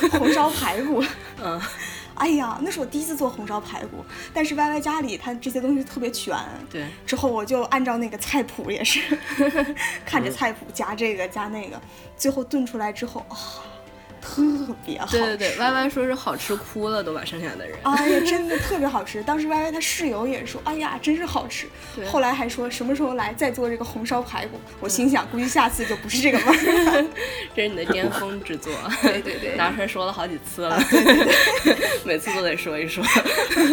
[SPEAKER 1] 红烧排骨。
[SPEAKER 2] 嗯，
[SPEAKER 1] 哎呀，那是我第一次做红烧排骨，但是 Y Y 家里它这些东西特别全，
[SPEAKER 2] 对，
[SPEAKER 1] 之后我就按照那个菜谱也是， 看
[SPEAKER 2] 嗯
[SPEAKER 1] 着菜谱加这个加那个，最后炖出来之后啊，特别好吃。
[SPEAKER 2] 对对对，Y Y 说是好吃哭了，都把剩下的人。
[SPEAKER 1] 哎呀，真的特别好吃。当时 Y Y 他室友也说，哎呀，真是好吃。
[SPEAKER 2] 对嗯
[SPEAKER 1] 后来还说什么时候来再做这个红烧排骨。我心想，估计下次就不是这个味儿了。
[SPEAKER 2] 这是你的巅峰之作，
[SPEAKER 1] 对对对
[SPEAKER 2] 拿出来说了好几 次了，每次都得说一说，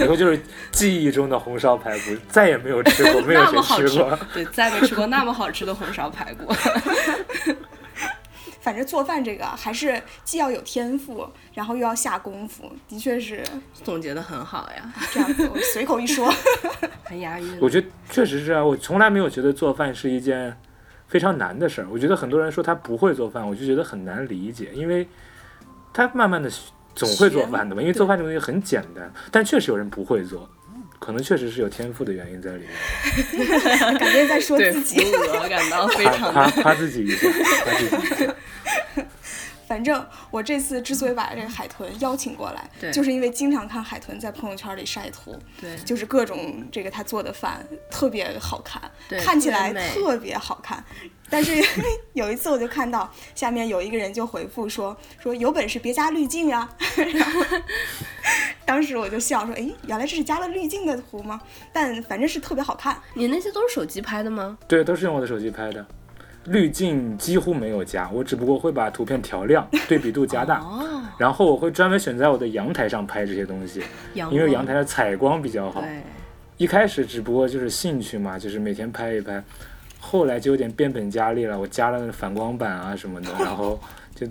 [SPEAKER 3] 以后就是记忆中的红烧排骨，再也没有吃过，没有
[SPEAKER 2] 那么好
[SPEAKER 3] 谁吃过。
[SPEAKER 2] 对，再没吃过那么好吃的红烧排骨，
[SPEAKER 1] 反正做饭这个啊还是既要有天赋，然后又要下功夫，的确是
[SPEAKER 2] 总结的很好呀，
[SPEAKER 1] 这样子。我随口一 说，
[SPEAKER 2] 很押韵。
[SPEAKER 3] 我觉得确实是啊，我从来没有觉得做饭是一件非常难的事儿。我觉得很多人说他不会做饭，我就觉得很难理解，因为他慢慢的总会做饭的嘛。因为做饭这个东西很简单，但确实有人不会做，可能确实是有天赋的原因在里面。
[SPEAKER 1] 感觉在说
[SPEAKER 2] 对
[SPEAKER 1] 自
[SPEAKER 2] 服
[SPEAKER 1] 己。
[SPEAKER 2] 务我感 到非
[SPEAKER 3] 夸
[SPEAKER 2] 常的
[SPEAKER 3] 夸夸自己一下，夸自己一下。
[SPEAKER 1] 反正我这次之所以把这个海豚邀请过来，
[SPEAKER 2] 对
[SPEAKER 1] 就是因为经常看海豚在朋友圈里晒图，
[SPEAKER 2] 对，
[SPEAKER 1] 就是各种这个他做的饭特别好看，
[SPEAKER 2] 对
[SPEAKER 1] 看起来
[SPEAKER 2] 特别美
[SPEAKER 1] 特别好看。但是 有一次我就看到下面有一个人就回复说说有本事别加滤镜呀、 然后当时我就笑说，诶，原来这是加了滤镜的图吗？但反正是特别好看。
[SPEAKER 2] 你那些都是手机拍的吗？
[SPEAKER 3] 对，都是用我的手机拍的，滤镜几乎没有加，我只不过会把图片调亮，对比度加大。
[SPEAKER 2] 哦，
[SPEAKER 3] 然后我会专门选在我的阳台上拍这些东西，
[SPEAKER 2] 阳
[SPEAKER 3] 因为
[SPEAKER 2] 光
[SPEAKER 3] 阳台的采光比较好。
[SPEAKER 2] 哦对，
[SPEAKER 3] 一开始只不过就是兴趣嘛，就是每天拍一拍，后来就有点变本加厉了，我加了反光板啊什么的，然后就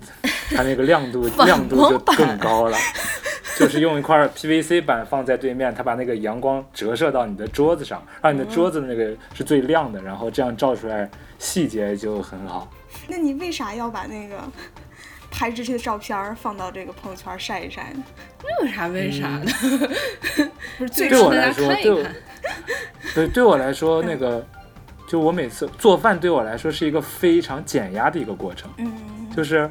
[SPEAKER 3] 它那个亮度
[SPEAKER 2] 反
[SPEAKER 3] 亮度就
[SPEAKER 2] 光板
[SPEAKER 3] 更高了，就是用一块 PVC 板放在对面，它把那个阳光折射到你的桌子上，让你的桌子那个是最亮的，然后这样照出来细节就很好。
[SPEAKER 1] 那你为啥要把那个拍这些照片儿放到这个朋友圈晒一晒呢？
[SPEAKER 2] 那有啥为啥的？
[SPEAKER 1] 不是最
[SPEAKER 3] 嗯对
[SPEAKER 1] 初
[SPEAKER 3] 我
[SPEAKER 2] 大
[SPEAKER 3] 来
[SPEAKER 2] 家
[SPEAKER 3] 说，
[SPEAKER 2] 看一
[SPEAKER 3] 对我
[SPEAKER 2] 看，
[SPEAKER 3] 对对我来说，那个就我每次做饭对我来说是一个非常减压的一个过程。
[SPEAKER 1] 嗯
[SPEAKER 3] 就是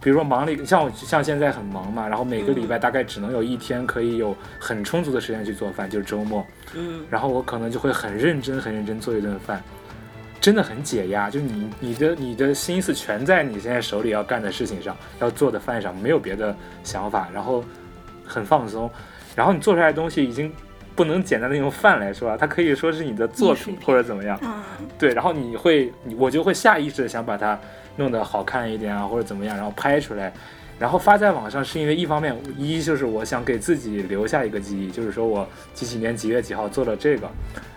[SPEAKER 3] 比如说忙了一个，像我像现在很忙嘛，然后每个礼拜大概只能有一天可以有很充足的时间去做饭，就是周末。
[SPEAKER 2] 嗯，
[SPEAKER 3] 然后我可能就会很认真、很认真做一顿饭，真的很解压。就你你的你的心思全在你现在手里要干的事情上、要做的饭上，没有别的想法，然后很放松。然后你做出来的东西已经不能简单的用饭来说啊，它可以说是你的作
[SPEAKER 2] 艺术
[SPEAKER 3] 品
[SPEAKER 2] 品
[SPEAKER 3] 或者怎么样。
[SPEAKER 1] 嗯，
[SPEAKER 3] 对，然后你会，你我就会下意识的想把它弄得好看一点啊，或者怎么样，然后拍出来，然后发在网上，是因为一方面，一就是我想给自己留下一个记忆，就是说我几几年几月几号做了这个，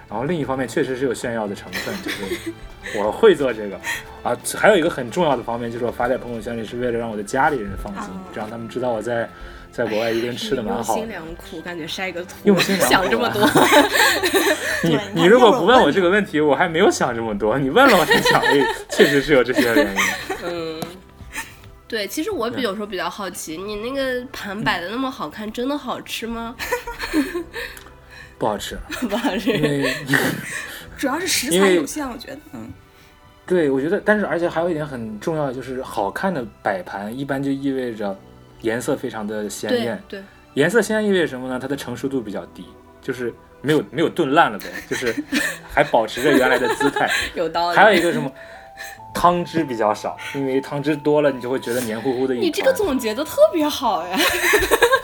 [SPEAKER 3] 然后另一方面确实是有炫耀的成分，就是我会做这个啊，还有一个很重要的方面就是我发在朋友圈里是为了让我的家里人放心
[SPEAKER 1] 啊，
[SPEAKER 3] 让他们知道我在在国外一个人吃的蛮
[SPEAKER 2] 用
[SPEAKER 3] 好
[SPEAKER 2] 心
[SPEAKER 3] 的。
[SPEAKER 2] 良苦，感觉晒个图，
[SPEAKER 3] 用心良苦啊
[SPEAKER 2] 想这么多，
[SPEAKER 3] 你
[SPEAKER 1] 对
[SPEAKER 3] 你如果不问
[SPEAKER 1] 你
[SPEAKER 3] 我
[SPEAKER 1] 看
[SPEAKER 3] 这个问题，我还没有想这么多。你问了，我才想，哎，确实是有这些原因。
[SPEAKER 2] 嗯，对，其实我比有时候比较好奇，
[SPEAKER 3] 嗯
[SPEAKER 2] 你那个盘摆的那么好看，真的好吃吗？
[SPEAKER 3] 不好吃，
[SPEAKER 2] 不好
[SPEAKER 3] 因
[SPEAKER 2] 吃。
[SPEAKER 3] 为
[SPEAKER 1] 主要是食
[SPEAKER 3] 因
[SPEAKER 1] 材
[SPEAKER 3] 为
[SPEAKER 1] 有限，我觉得，嗯，
[SPEAKER 3] 对我觉得，但是而且还有一点很重要的就是，好看的摆盘一般就意味着颜色非常的鲜
[SPEAKER 2] 对
[SPEAKER 3] 艳。
[SPEAKER 2] 对，
[SPEAKER 3] 颜色鲜艳意味着什么呢？它的成熟度比较低，就是没有没有炖烂 了呗，就是还保持着原来的姿态。
[SPEAKER 2] 有道理。
[SPEAKER 3] 还有一个什么，汤汁比较少，因为汤汁多了，你就会觉得黏糊糊的一团。
[SPEAKER 2] 哎你这个总结的特别好呀，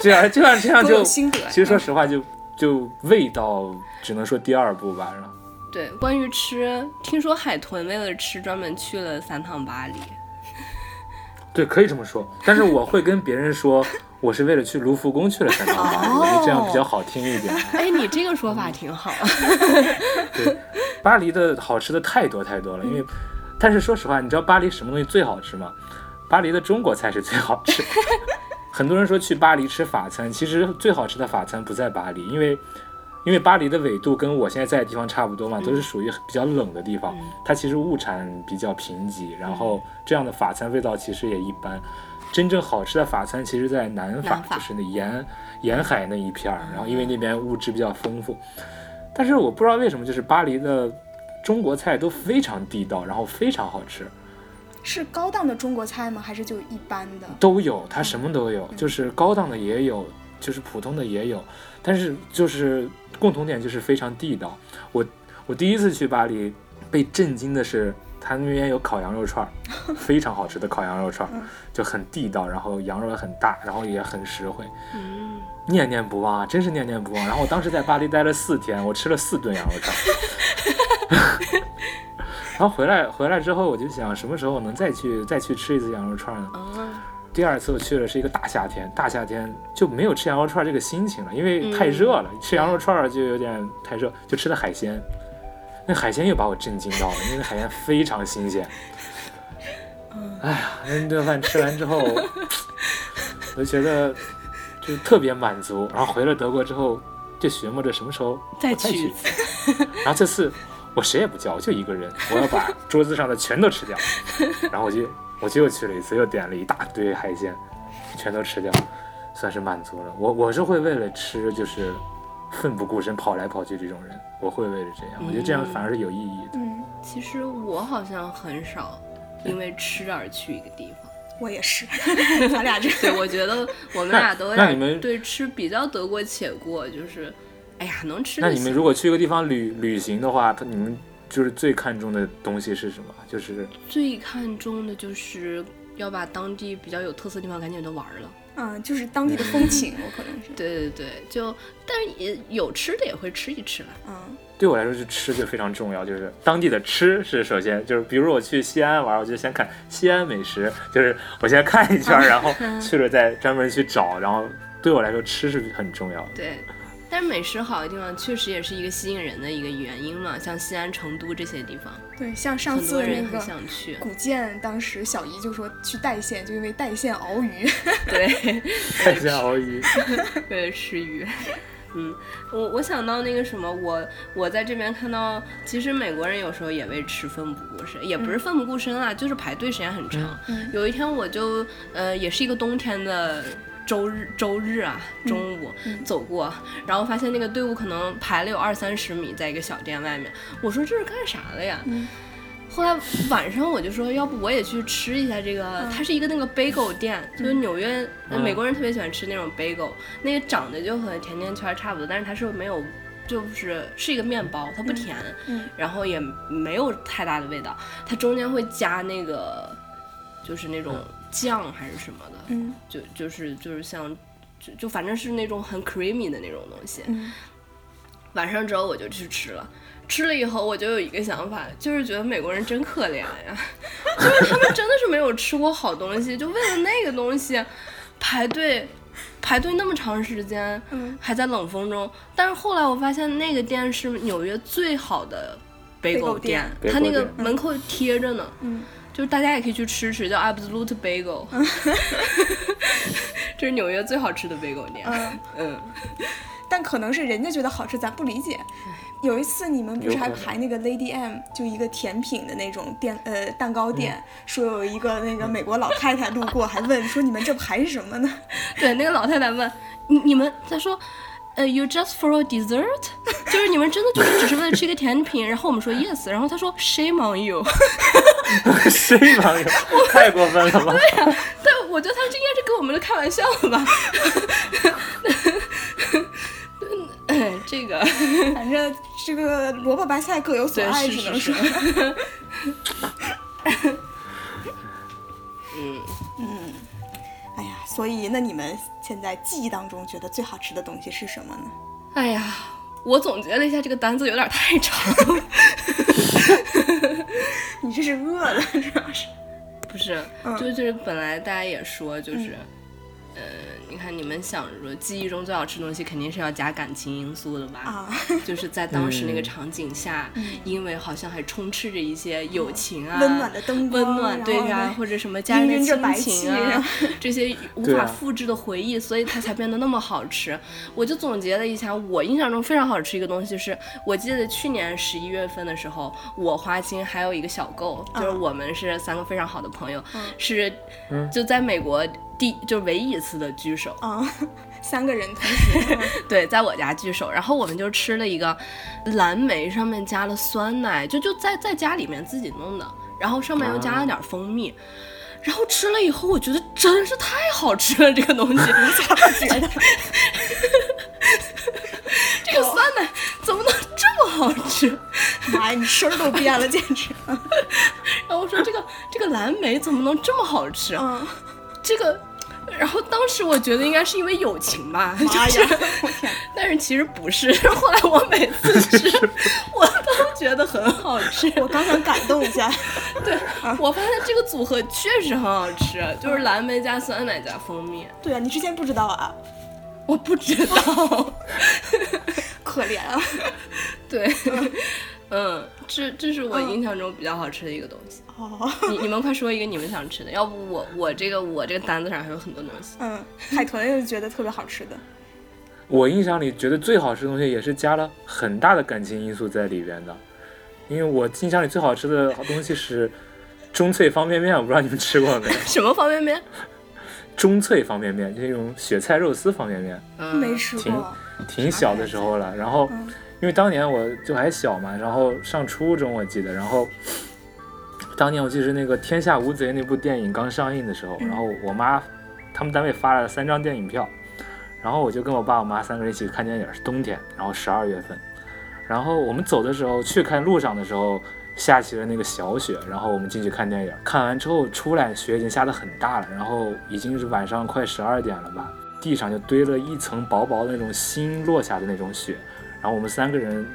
[SPEAKER 3] 这样这样这样
[SPEAKER 1] 都
[SPEAKER 3] 就
[SPEAKER 1] 有心得。
[SPEAKER 3] 其实说
[SPEAKER 1] 嗯
[SPEAKER 3] 实话就，就味道只能说第二步吧。然后
[SPEAKER 2] 对，关于吃，听说海豚为了吃专门去了三趟巴黎。
[SPEAKER 3] 对，可以这么说。但是我会跟别人说，我是为了去卢浮宫去了三趟巴黎，
[SPEAKER 1] 哦
[SPEAKER 3] 我觉得这样比较好听一点。
[SPEAKER 2] 哎，你这个说法挺好。
[SPEAKER 3] 巴黎的好吃的太多太多了，因为，但是说实话，你知道巴黎什么东西最好吃吗？巴黎的中国菜是最好吃的。很多人说去巴黎吃法餐，其实最好吃的法餐不在巴黎，因为因为巴黎的纬度跟我现在在的地方差不多嘛，都是属于比较冷的地方，它其实物产比较贫瘠，然后这样的法餐味道其实也一般。真正好吃的法餐其实，在南法，
[SPEAKER 2] 南法嗯
[SPEAKER 3] 就是那沿沿海那一片儿，然后因为那边物质比较丰富。但是我不知道为什么，就是巴黎的中国菜都非常地道，然后非常好吃，
[SPEAKER 1] 是高档的中国菜吗？还是就一般的？
[SPEAKER 3] 都有，它什么都
[SPEAKER 2] 嗯
[SPEAKER 3] 有，就是高档的也有，就是普通的也有，但是就是共同点就是非常地道。我我第一次去巴黎，被震惊的是。它那边有烤羊肉 串儿，非常好吃的烤羊肉
[SPEAKER 2] 嗯
[SPEAKER 3] 串儿，就很地道，然后羊肉也很大，然后也很实惠，
[SPEAKER 2] 嗯，
[SPEAKER 3] 念念不忘，啊，真是念念不忘。然后我当时在巴黎待了四天，我吃了四顿羊肉串。 然后回来回来之后，我就想什么时候我能再去再去吃一次羊肉串呢？
[SPEAKER 2] 啊，
[SPEAKER 3] 第二次我去了是一个大夏天，大夏天就没有吃羊肉串这个心情了，因为
[SPEAKER 2] 嗯
[SPEAKER 3] 太热了，吃羊肉串就有点太热，就吃的海鲜。那海鲜又把我震惊到了，因为那海鲜非常新鲜。
[SPEAKER 2] 嗯
[SPEAKER 3] 哎呀，那顿饭吃完之后，我就觉得就是特别满足。然后回了德国之后，就寻摸着什么时候
[SPEAKER 2] 再
[SPEAKER 3] 我再
[SPEAKER 2] 去
[SPEAKER 3] 去
[SPEAKER 2] 一次。
[SPEAKER 3] 然后这次我谁也不叫，我就一个人，我要把桌子上的全都吃掉。然后我就我就又去了一次，又点了一大堆海鲜，全都吃掉，算是满足了。我我是会为了吃就是奋不顾身跑来跑去这种人，我会为了这样，我觉得这样反而是有意义的。
[SPEAKER 1] 嗯，
[SPEAKER 2] 其实我好像很少因为吃而去一个地 方。
[SPEAKER 1] 我也是， 咱俩这
[SPEAKER 2] 对，我觉得我们
[SPEAKER 3] 那
[SPEAKER 2] 俩 都有
[SPEAKER 3] 那
[SPEAKER 2] 点
[SPEAKER 3] 你们
[SPEAKER 2] 对吃比较得过且过，就是，哎呀，能吃
[SPEAKER 3] 那
[SPEAKER 2] 就
[SPEAKER 3] 你们
[SPEAKER 2] 行。
[SPEAKER 3] 如果去一个地方旅旅行的话，它你们就是最看重的东西是什么？就是
[SPEAKER 2] 最看重的就是要把当地比较有特色的地方赶紧都玩儿了。
[SPEAKER 1] 嗯，就是当地的风情，我可能是，
[SPEAKER 2] 对对对，就但是也有吃的也会吃一吃吧。
[SPEAKER 1] 嗯，
[SPEAKER 3] 对我来说，就吃就非常重要，就是当地的吃是首先，就是比如我去西安玩，我就先看西安美食，就是我先看一圈儿，然后去了再专门去找，然后对我来说吃是很重要的。
[SPEAKER 2] 对，但是美食好的地方确实也是一个吸引人的一个原因嘛，像西安、成都这些地方，
[SPEAKER 1] 对，像上
[SPEAKER 2] 很多
[SPEAKER 1] 次
[SPEAKER 2] 人
[SPEAKER 1] 那个。
[SPEAKER 2] 很想去。
[SPEAKER 1] 古建当时小姨就说去代县，就因为代县熬鱼，
[SPEAKER 2] 对，
[SPEAKER 3] 海鲜熬鱼，
[SPEAKER 2] 为了 吃鱼。嗯，我我想到那个什么，我我在这边看到，其实美国人有时候也为吃奋不顾身，也不是奋不顾身啊，就是排队时间很长。
[SPEAKER 1] 嗯
[SPEAKER 2] 有一天我就呃，也是一个冬天的周日周日啊，中午、
[SPEAKER 1] 嗯
[SPEAKER 2] 走过，然后发现那个队伍可能排了有二三十米，在一个小店外面。我说这是干啥的呀？
[SPEAKER 1] 嗯
[SPEAKER 2] 后来晚上我就说，要不我也去吃一下这个，
[SPEAKER 1] 嗯
[SPEAKER 2] 它是一个那个 bagel 店，就是纽约、呃
[SPEAKER 3] 嗯
[SPEAKER 2] 美国人特别喜欢吃那种 bagel，那
[SPEAKER 1] 嗯
[SPEAKER 2] 个长得就和甜甜圈差不多，但是它是没有，就是是一个面包，它不甜，
[SPEAKER 1] 嗯
[SPEAKER 2] 然后也没有太大的味道，它中间会加那个就是那种酱还是什么的，
[SPEAKER 1] 嗯
[SPEAKER 2] 就就是就是像就就反正是那种很 creamy 的那种东西，
[SPEAKER 1] 嗯，
[SPEAKER 2] 晚上之后我就去吃了，吃了以后我就有一个想法，就是觉得美国人真可怜呀， 就是他们真的是没有吃过好东西，就为了那个东西排队。排队那么长时间，
[SPEAKER 1] 嗯
[SPEAKER 2] 还在冷风中。但是后来我发现那个店是纽约最好的北狗
[SPEAKER 1] bagel 店
[SPEAKER 3] 北
[SPEAKER 2] 它
[SPEAKER 3] 狗
[SPEAKER 2] 那个
[SPEAKER 3] 店
[SPEAKER 2] 门口贴着呢，
[SPEAKER 1] 嗯，
[SPEAKER 2] 就是大家也可以去吃吃，叫 Absolute Bagel，这是纽约最好吃的 bagel 店。
[SPEAKER 1] 嗯
[SPEAKER 2] 嗯，
[SPEAKER 1] 但可能是人家觉得好吃，咱不理解。有一次你们不是还
[SPEAKER 3] 有可能
[SPEAKER 1] 排那个 Lady M，就一个甜品的那种店，呃，蛋糕店，说有一个那个美国老太太路过，还问说你们这排什么呢？
[SPEAKER 2] 对，那个老太太问你你们，她说，呃、y o u just for a dessert，就是 你们真的就是只是为了吃一个甜品，然后我们说 yes，然后她说 shame on you，
[SPEAKER 3] 谁网友太过分了吧？
[SPEAKER 2] 但我觉得她这应该是跟我们开玩笑的吧。 嗯这个
[SPEAKER 1] 反正这个萝卜白菜各有所
[SPEAKER 2] 对
[SPEAKER 1] 爱，
[SPEAKER 2] 是
[SPEAKER 1] 只能
[SPEAKER 2] 是
[SPEAKER 1] 说。
[SPEAKER 2] 是，
[SPEAKER 1] 哎呀，所以那你们现在记忆当中觉得最好吃的东西是什么呢？
[SPEAKER 2] 哎呀，我总结了一下，这个单子有点太长，
[SPEAKER 1] 你这是饿了，主要是。
[SPEAKER 2] 不是，就就是本来大家也说就是。呃，你看，你们想说记忆中最好吃的东西，肯定是要加感情因素的吧？
[SPEAKER 1] 啊，
[SPEAKER 2] 就是在当时那
[SPEAKER 3] 嗯
[SPEAKER 2] 个场景下，因为好像还充斥着一些友情啊、
[SPEAKER 1] 嗯哦 温暖的灯光，
[SPEAKER 2] 温暖对
[SPEAKER 1] 然后
[SPEAKER 2] 呀、
[SPEAKER 1] 呢
[SPEAKER 2] 或者什么家人
[SPEAKER 1] 氤氲着白
[SPEAKER 2] 的亲
[SPEAKER 1] 气
[SPEAKER 2] 情啊， 这些无
[SPEAKER 3] 对
[SPEAKER 2] 法
[SPEAKER 3] 啊
[SPEAKER 2] 复制的回忆，所以它才变得那么好吃。我就总结了一下，我印象中非常好吃一个东西是，我记得去年十一月份的时候，我花青还有一个小购，
[SPEAKER 1] 啊
[SPEAKER 2] 就是我们是三个非常好的朋友，
[SPEAKER 1] 嗯
[SPEAKER 2] 是
[SPEAKER 3] 嗯
[SPEAKER 2] 就在美国第就唯一一次的聚首，
[SPEAKER 1] 啊，三个人同时，
[SPEAKER 2] 对，在我家聚首，然后我们就吃了一个蓝莓，上面加了酸奶，就就在在家里面自己弄的，然后上面又加了点蜂蜜。然后吃了以后，我觉得真是太好吃了，这个 东西，
[SPEAKER 1] 觉得
[SPEAKER 2] 这个酸奶怎么能这么好吃？
[SPEAKER 1] 妈呀，你声儿都变了，简直。
[SPEAKER 2] 然后我说这个这个蓝莓怎么能这么好 吃？
[SPEAKER 1] 嗯，
[SPEAKER 2] 这个，然后当时我觉得应该是因为友情吧， 就
[SPEAKER 1] 妈
[SPEAKER 2] 是
[SPEAKER 1] 呀，我天，
[SPEAKER 2] 但是其实不是。 后来我每次 吃，我都觉得很好吃。
[SPEAKER 1] 我刚想感动一下，
[SPEAKER 2] 我发现这个组合确实很好吃，就是蓝莓加酸奶加蜂蜜。
[SPEAKER 1] 对啊，你之前不知道啊，
[SPEAKER 2] 我不知道，
[SPEAKER 1] 可怜啊。
[SPEAKER 2] 对，嗯，这这是我印象中比较好吃的一个东西。
[SPEAKER 1] 哦，
[SPEAKER 2] 你你们快说一个你们想吃的，要不我我这个我这个单子上还有很多东西。
[SPEAKER 1] 嗯，海豚又觉得特别好吃的，
[SPEAKER 3] 我印象里觉得最好吃的东西也是加了很大的感情因素在里边的，因为我印象里最好吃的东西是中脆方便面，我不知道你们吃过没？
[SPEAKER 2] 什么方便面？
[SPEAKER 3] 中脆方便面，就那种雪菜肉丝方便面，
[SPEAKER 2] 嗯，
[SPEAKER 1] 没吃过
[SPEAKER 3] 挺。挺小的时候了。然后
[SPEAKER 1] 嗯
[SPEAKER 3] 因为当年我就还小嘛，然后上初中我记得，然后当年我记得是那个《天下无贼》那部电影刚上映的时候，然后我妈他们单位发了三张电影票，然后我就跟我爸我妈三个人一起看电影，是冬天，然后十二月份，然后我们走的时候去看路上的时候。下起了那个小雪，然后我们进去看电影，看完之后出来，雪已经下得很大了，然后已经是晚上快十二点了吧，地上就堆了一层薄薄的那种新落下的那种雪，然后我们三个人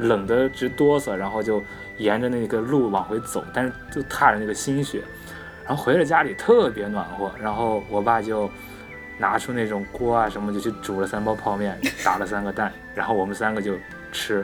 [SPEAKER 3] 冷得直哆嗦，然后就沿着那个路往回走，但是就踏着那个新雪，然后回了家里特别暖和，然后我爸就拿出那种锅啊什么，就去煮了三包泡面，打了三个蛋，然后我们三个就吃，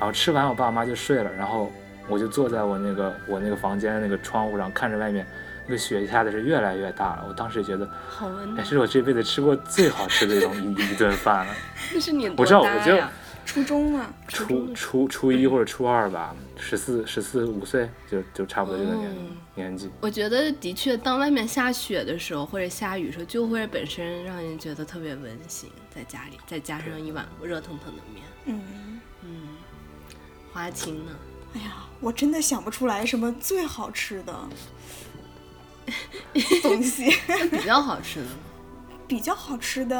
[SPEAKER 3] 然后吃完我爸妈就睡了，然后我就坐在我那个我那个房间那个窗户上看着外面，那个雪下的是越来越大了，我当时觉得。
[SPEAKER 2] 好温
[SPEAKER 3] 哎，这
[SPEAKER 2] 暖。
[SPEAKER 3] 是我这辈子吃过最好吃的一 种一一顿饭了。
[SPEAKER 2] 那是你
[SPEAKER 3] 我
[SPEAKER 2] 多
[SPEAKER 3] 知道
[SPEAKER 2] 大
[SPEAKER 3] 我就
[SPEAKER 2] 呀？
[SPEAKER 1] 初中嘛，
[SPEAKER 3] 初初初一或者初二吧，十四十四五岁就就差不多这个年、
[SPEAKER 2] 嗯
[SPEAKER 3] 年纪。
[SPEAKER 2] 我觉得的确，当外面下雪的时候或者下雨的时候，就会本身让人觉得特别温馨。在家里，再加上一碗热腾腾的面，
[SPEAKER 1] 嗯，
[SPEAKER 2] 嗯，花青呢？
[SPEAKER 1] 哎呀，我真的想不出来什么最好吃 的东西。
[SPEAKER 2] 比较好吃的吗，
[SPEAKER 1] 比较好吃的，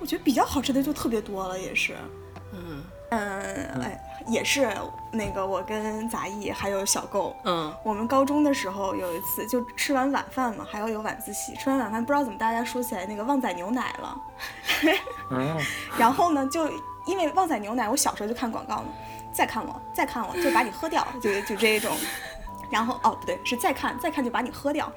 [SPEAKER 1] 我觉得比较好吃的就特别多了，也是。
[SPEAKER 2] 嗯
[SPEAKER 1] 嗯，哎，也是那个我跟杂艺还有小购，
[SPEAKER 2] 嗯。
[SPEAKER 1] 我们高中的时候有一次就吃完晚饭嘛，还要有晚自习，吃完晚饭不知道怎么大家说起来那个旺仔牛奶了，
[SPEAKER 3] 嗯，
[SPEAKER 1] 然后呢就因为旺仔牛奶，我小时候就看广告嘛，再看我，再看我就把你喝掉，就就这一种。然后哦不对，是再看再看就把你喝掉。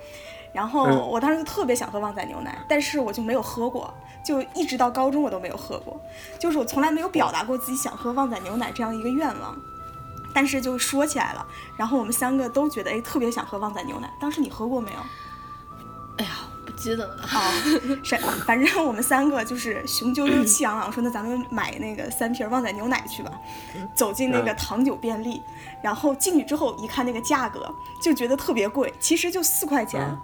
[SPEAKER 1] 然后
[SPEAKER 3] 嗯
[SPEAKER 1] 我当时就特别想喝旺仔牛奶，但是我就没有喝过，就一直到高中我都没有喝过，就是我从来没有表达过自己想喝旺仔牛奶这样一个愿望。但是就说起来了，然后我们三个都觉得哎特别想喝旺仔牛奶。当时你喝过没有？
[SPEAKER 2] 哎呀，记得了。
[SPEAKER 1] 啊， 是，反正我们三个就是雄赳赳气昂昂，说那咱们买那个三瓶旺仔牛奶去吧。走进
[SPEAKER 2] 嗯
[SPEAKER 1] 那个糖酒便利，然后进去之后一看那个价格，就觉得特别贵，其实就四块钱，
[SPEAKER 2] 嗯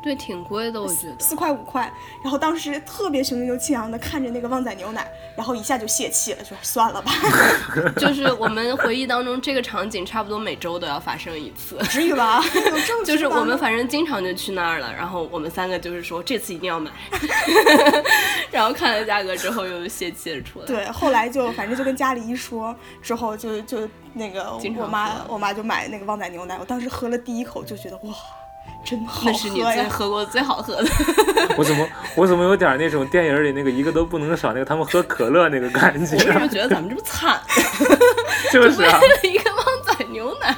[SPEAKER 2] 对，挺贵的，我觉得。
[SPEAKER 1] 四块五块。然后当时特别雄赳赳气昂的看着那个旺仔牛奶，然后一下就泄气了，就说算了吧，
[SPEAKER 2] 就是我们回忆当中，这个场景差不多每周都要发生一 次。
[SPEAKER 1] 至于吧？有这么
[SPEAKER 2] 就是
[SPEAKER 1] 值吗
[SPEAKER 2] 我们反正经常就去那儿了，然后我们三个就是说这次一定 要买，然后看了价格之后又泄气了出来。，
[SPEAKER 1] 对，后来就反正就跟家里一说，之后就就那个
[SPEAKER 2] 经常
[SPEAKER 1] 我妈
[SPEAKER 2] 喝
[SPEAKER 1] 我妈就买那个旺仔牛奶，我当时喝了第一口就觉得哇，真好喝
[SPEAKER 2] 那
[SPEAKER 1] 呀！
[SPEAKER 2] 是你最喝过最好喝 的。
[SPEAKER 3] 我怎么我怎么有点那种电影里那个一个都不能少那个他们喝可乐那个感觉
[SPEAKER 2] 我为？什么觉得咱们这么惨？
[SPEAKER 3] 就是啊，
[SPEAKER 2] 一个旺仔牛奶，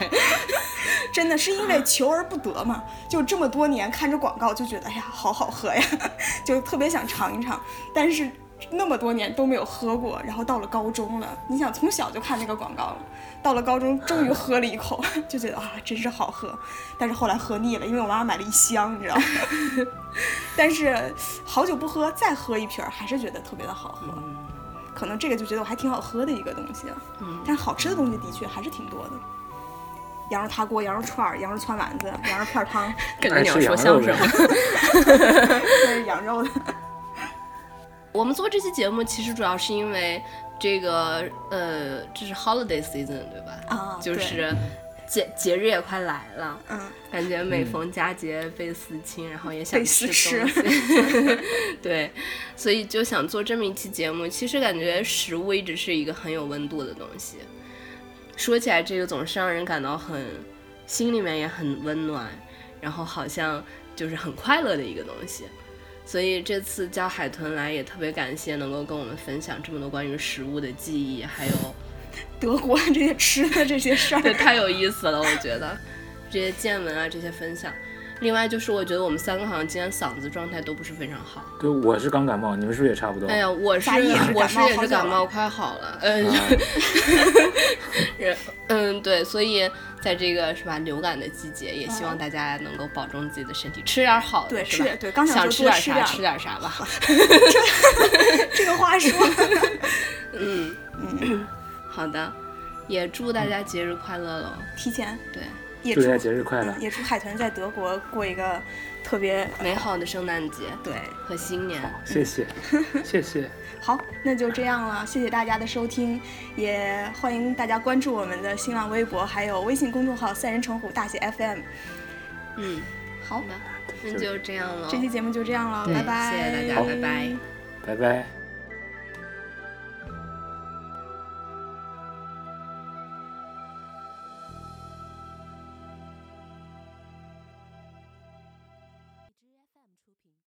[SPEAKER 1] 真的是因为求而不得嘛，就这么多年看着广告就觉得哎呀好好喝呀， 就特别想尝一尝，但是那么多年都没有喝过，然后到了高中了，你想从小就看那个广告了，到了高中终于喝了一口， 就觉得啊真是好喝，但是后来喝腻了，因为我妈妈买了一箱，你知道吗？ 但是好久不喝，再喝一瓶儿还是觉得特别的好喝。可能这个就觉得我还挺好喝的一个东西，啊
[SPEAKER 2] 嗯
[SPEAKER 1] 但是好吃的东西的确还是挺多的，羊肉塌锅、羊肉串儿、羊肉串丸子、羊肉片儿 汤，
[SPEAKER 2] 感觉
[SPEAKER 3] 爱
[SPEAKER 2] 你要
[SPEAKER 3] 哎吃
[SPEAKER 2] 说
[SPEAKER 3] 羊
[SPEAKER 2] 相
[SPEAKER 3] 肉
[SPEAKER 2] 声
[SPEAKER 3] 呗。。
[SPEAKER 1] 这是羊肉的。
[SPEAKER 2] 我们做这期节目其实主要是因为这个呃，这是 holiday season 对吧？
[SPEAKER 1] 啊
[SPEAKER 2] 就
[SPEAKER 1] 对
[SPEAKER 2] 是节节日也快来了，
[SPEAKER 1] 嗯，
[SPEAKER 2] 感觉每逢佳节倍思亲，然后也想
[SPEAKER 1] 倍思
[SPEAKER 2] 吃东西。 对，所以就想做这么一期节目。其实感觉食物一直是一个很有温度的东西，说起来这个总是让人感到很心里面也很温暖，然后好像就是很快乐的一个东西。所以这次叫海豚来，也特别感谢能够跟我们分享这么多关于食物的记忆，还有
[SPEAKER 1] 德国这些吃的这些事儿，
[SPEAKER 2] 对，太有意思了，我觉得这些见闻啊，这些分享。另外就是，我觉得我们三个好像今天嗓子状态都不是非常好。
[SPEAKER 3] 对，我是刚感冒，你们是不是也差不多？
[SPEAKER 2] 哎呀，我是
[SPEAKER 1] 咱也是
[SPEAKER 2] 我
[SPEAKER 1] 感冒
[SPEAKER 2] 也
[SPEAKER 1] 好
[SPEAKER 2] 是
[SPEAKER 1] 久
[SPEAKER 2] 感
[SPEAKER 1] 了
[SPEAKER 2] 冒快好 了，嗯、
[SPEAKER 3] 啊
[SPEAKER 2] 人嗯，对，所以在这个是吧流感的季节，也希望大家能够保重自己的身体，吃点儿好的，
[SPEAKER 1] 嗯对
[SPEAKER 2] 是
[SPEAKER 1] 吃
[SPEAKER 2] 吧
[SPEAKER 1] 点对刚想
[SPEAKER 2] 想
[SPEAKER 1] 说
[SPEAKER 2] 吃
[SPEAKER 1] 多
[SPEAKER 2] 点
[SPEAKER 1] 吃
[SPEAKER 2] 啥
[SPEAKER 1] 点
[SPEAKER 2] 吃点啥吧。
[SPEAKER 1] 这个话 说的，
[SPEAKER 2] 嗯，
[SPEAKER 1] 嗯，
[SPEAKER 2] 好的，也祝大家节日快乐喽。
[SPEAKER 1] 提前
[SPEAKER 2] 对，
[SPEAKER 1] 也
[SPEAKER 3] 祝
[SPEAKER 1] 祝
[SPEAKER 3] 大家节日快乐！
[SPEAKER 1] 也祝海豚在德国过一个特别
[SPEAKER 2] 美好的圣诞节
[SPEAKER 1] 对。
[SPEAKER 2] 和新年，
[SPEAKER 3] 谢谢，谢谢，
[SPEAKER 1] 好，那就这样了，谢谢大家的收听，也欢迎大家关注我们的新浪微博还有微信公众号“三人成虎”大写 FM。
[SPEAKER 2] 嗯，
[SPEAKER 1] 好
[SPEAKER 2] 好，吧，那就这样喽。
[SPEAKER 1] 这期节目就这样了，
[SPEAKER 2] 对
[SPEAKER 1] 拜拜，
[SPEAKER 2] 谢谢大家，拜拜。
[SPEAKER 3] 拜拜。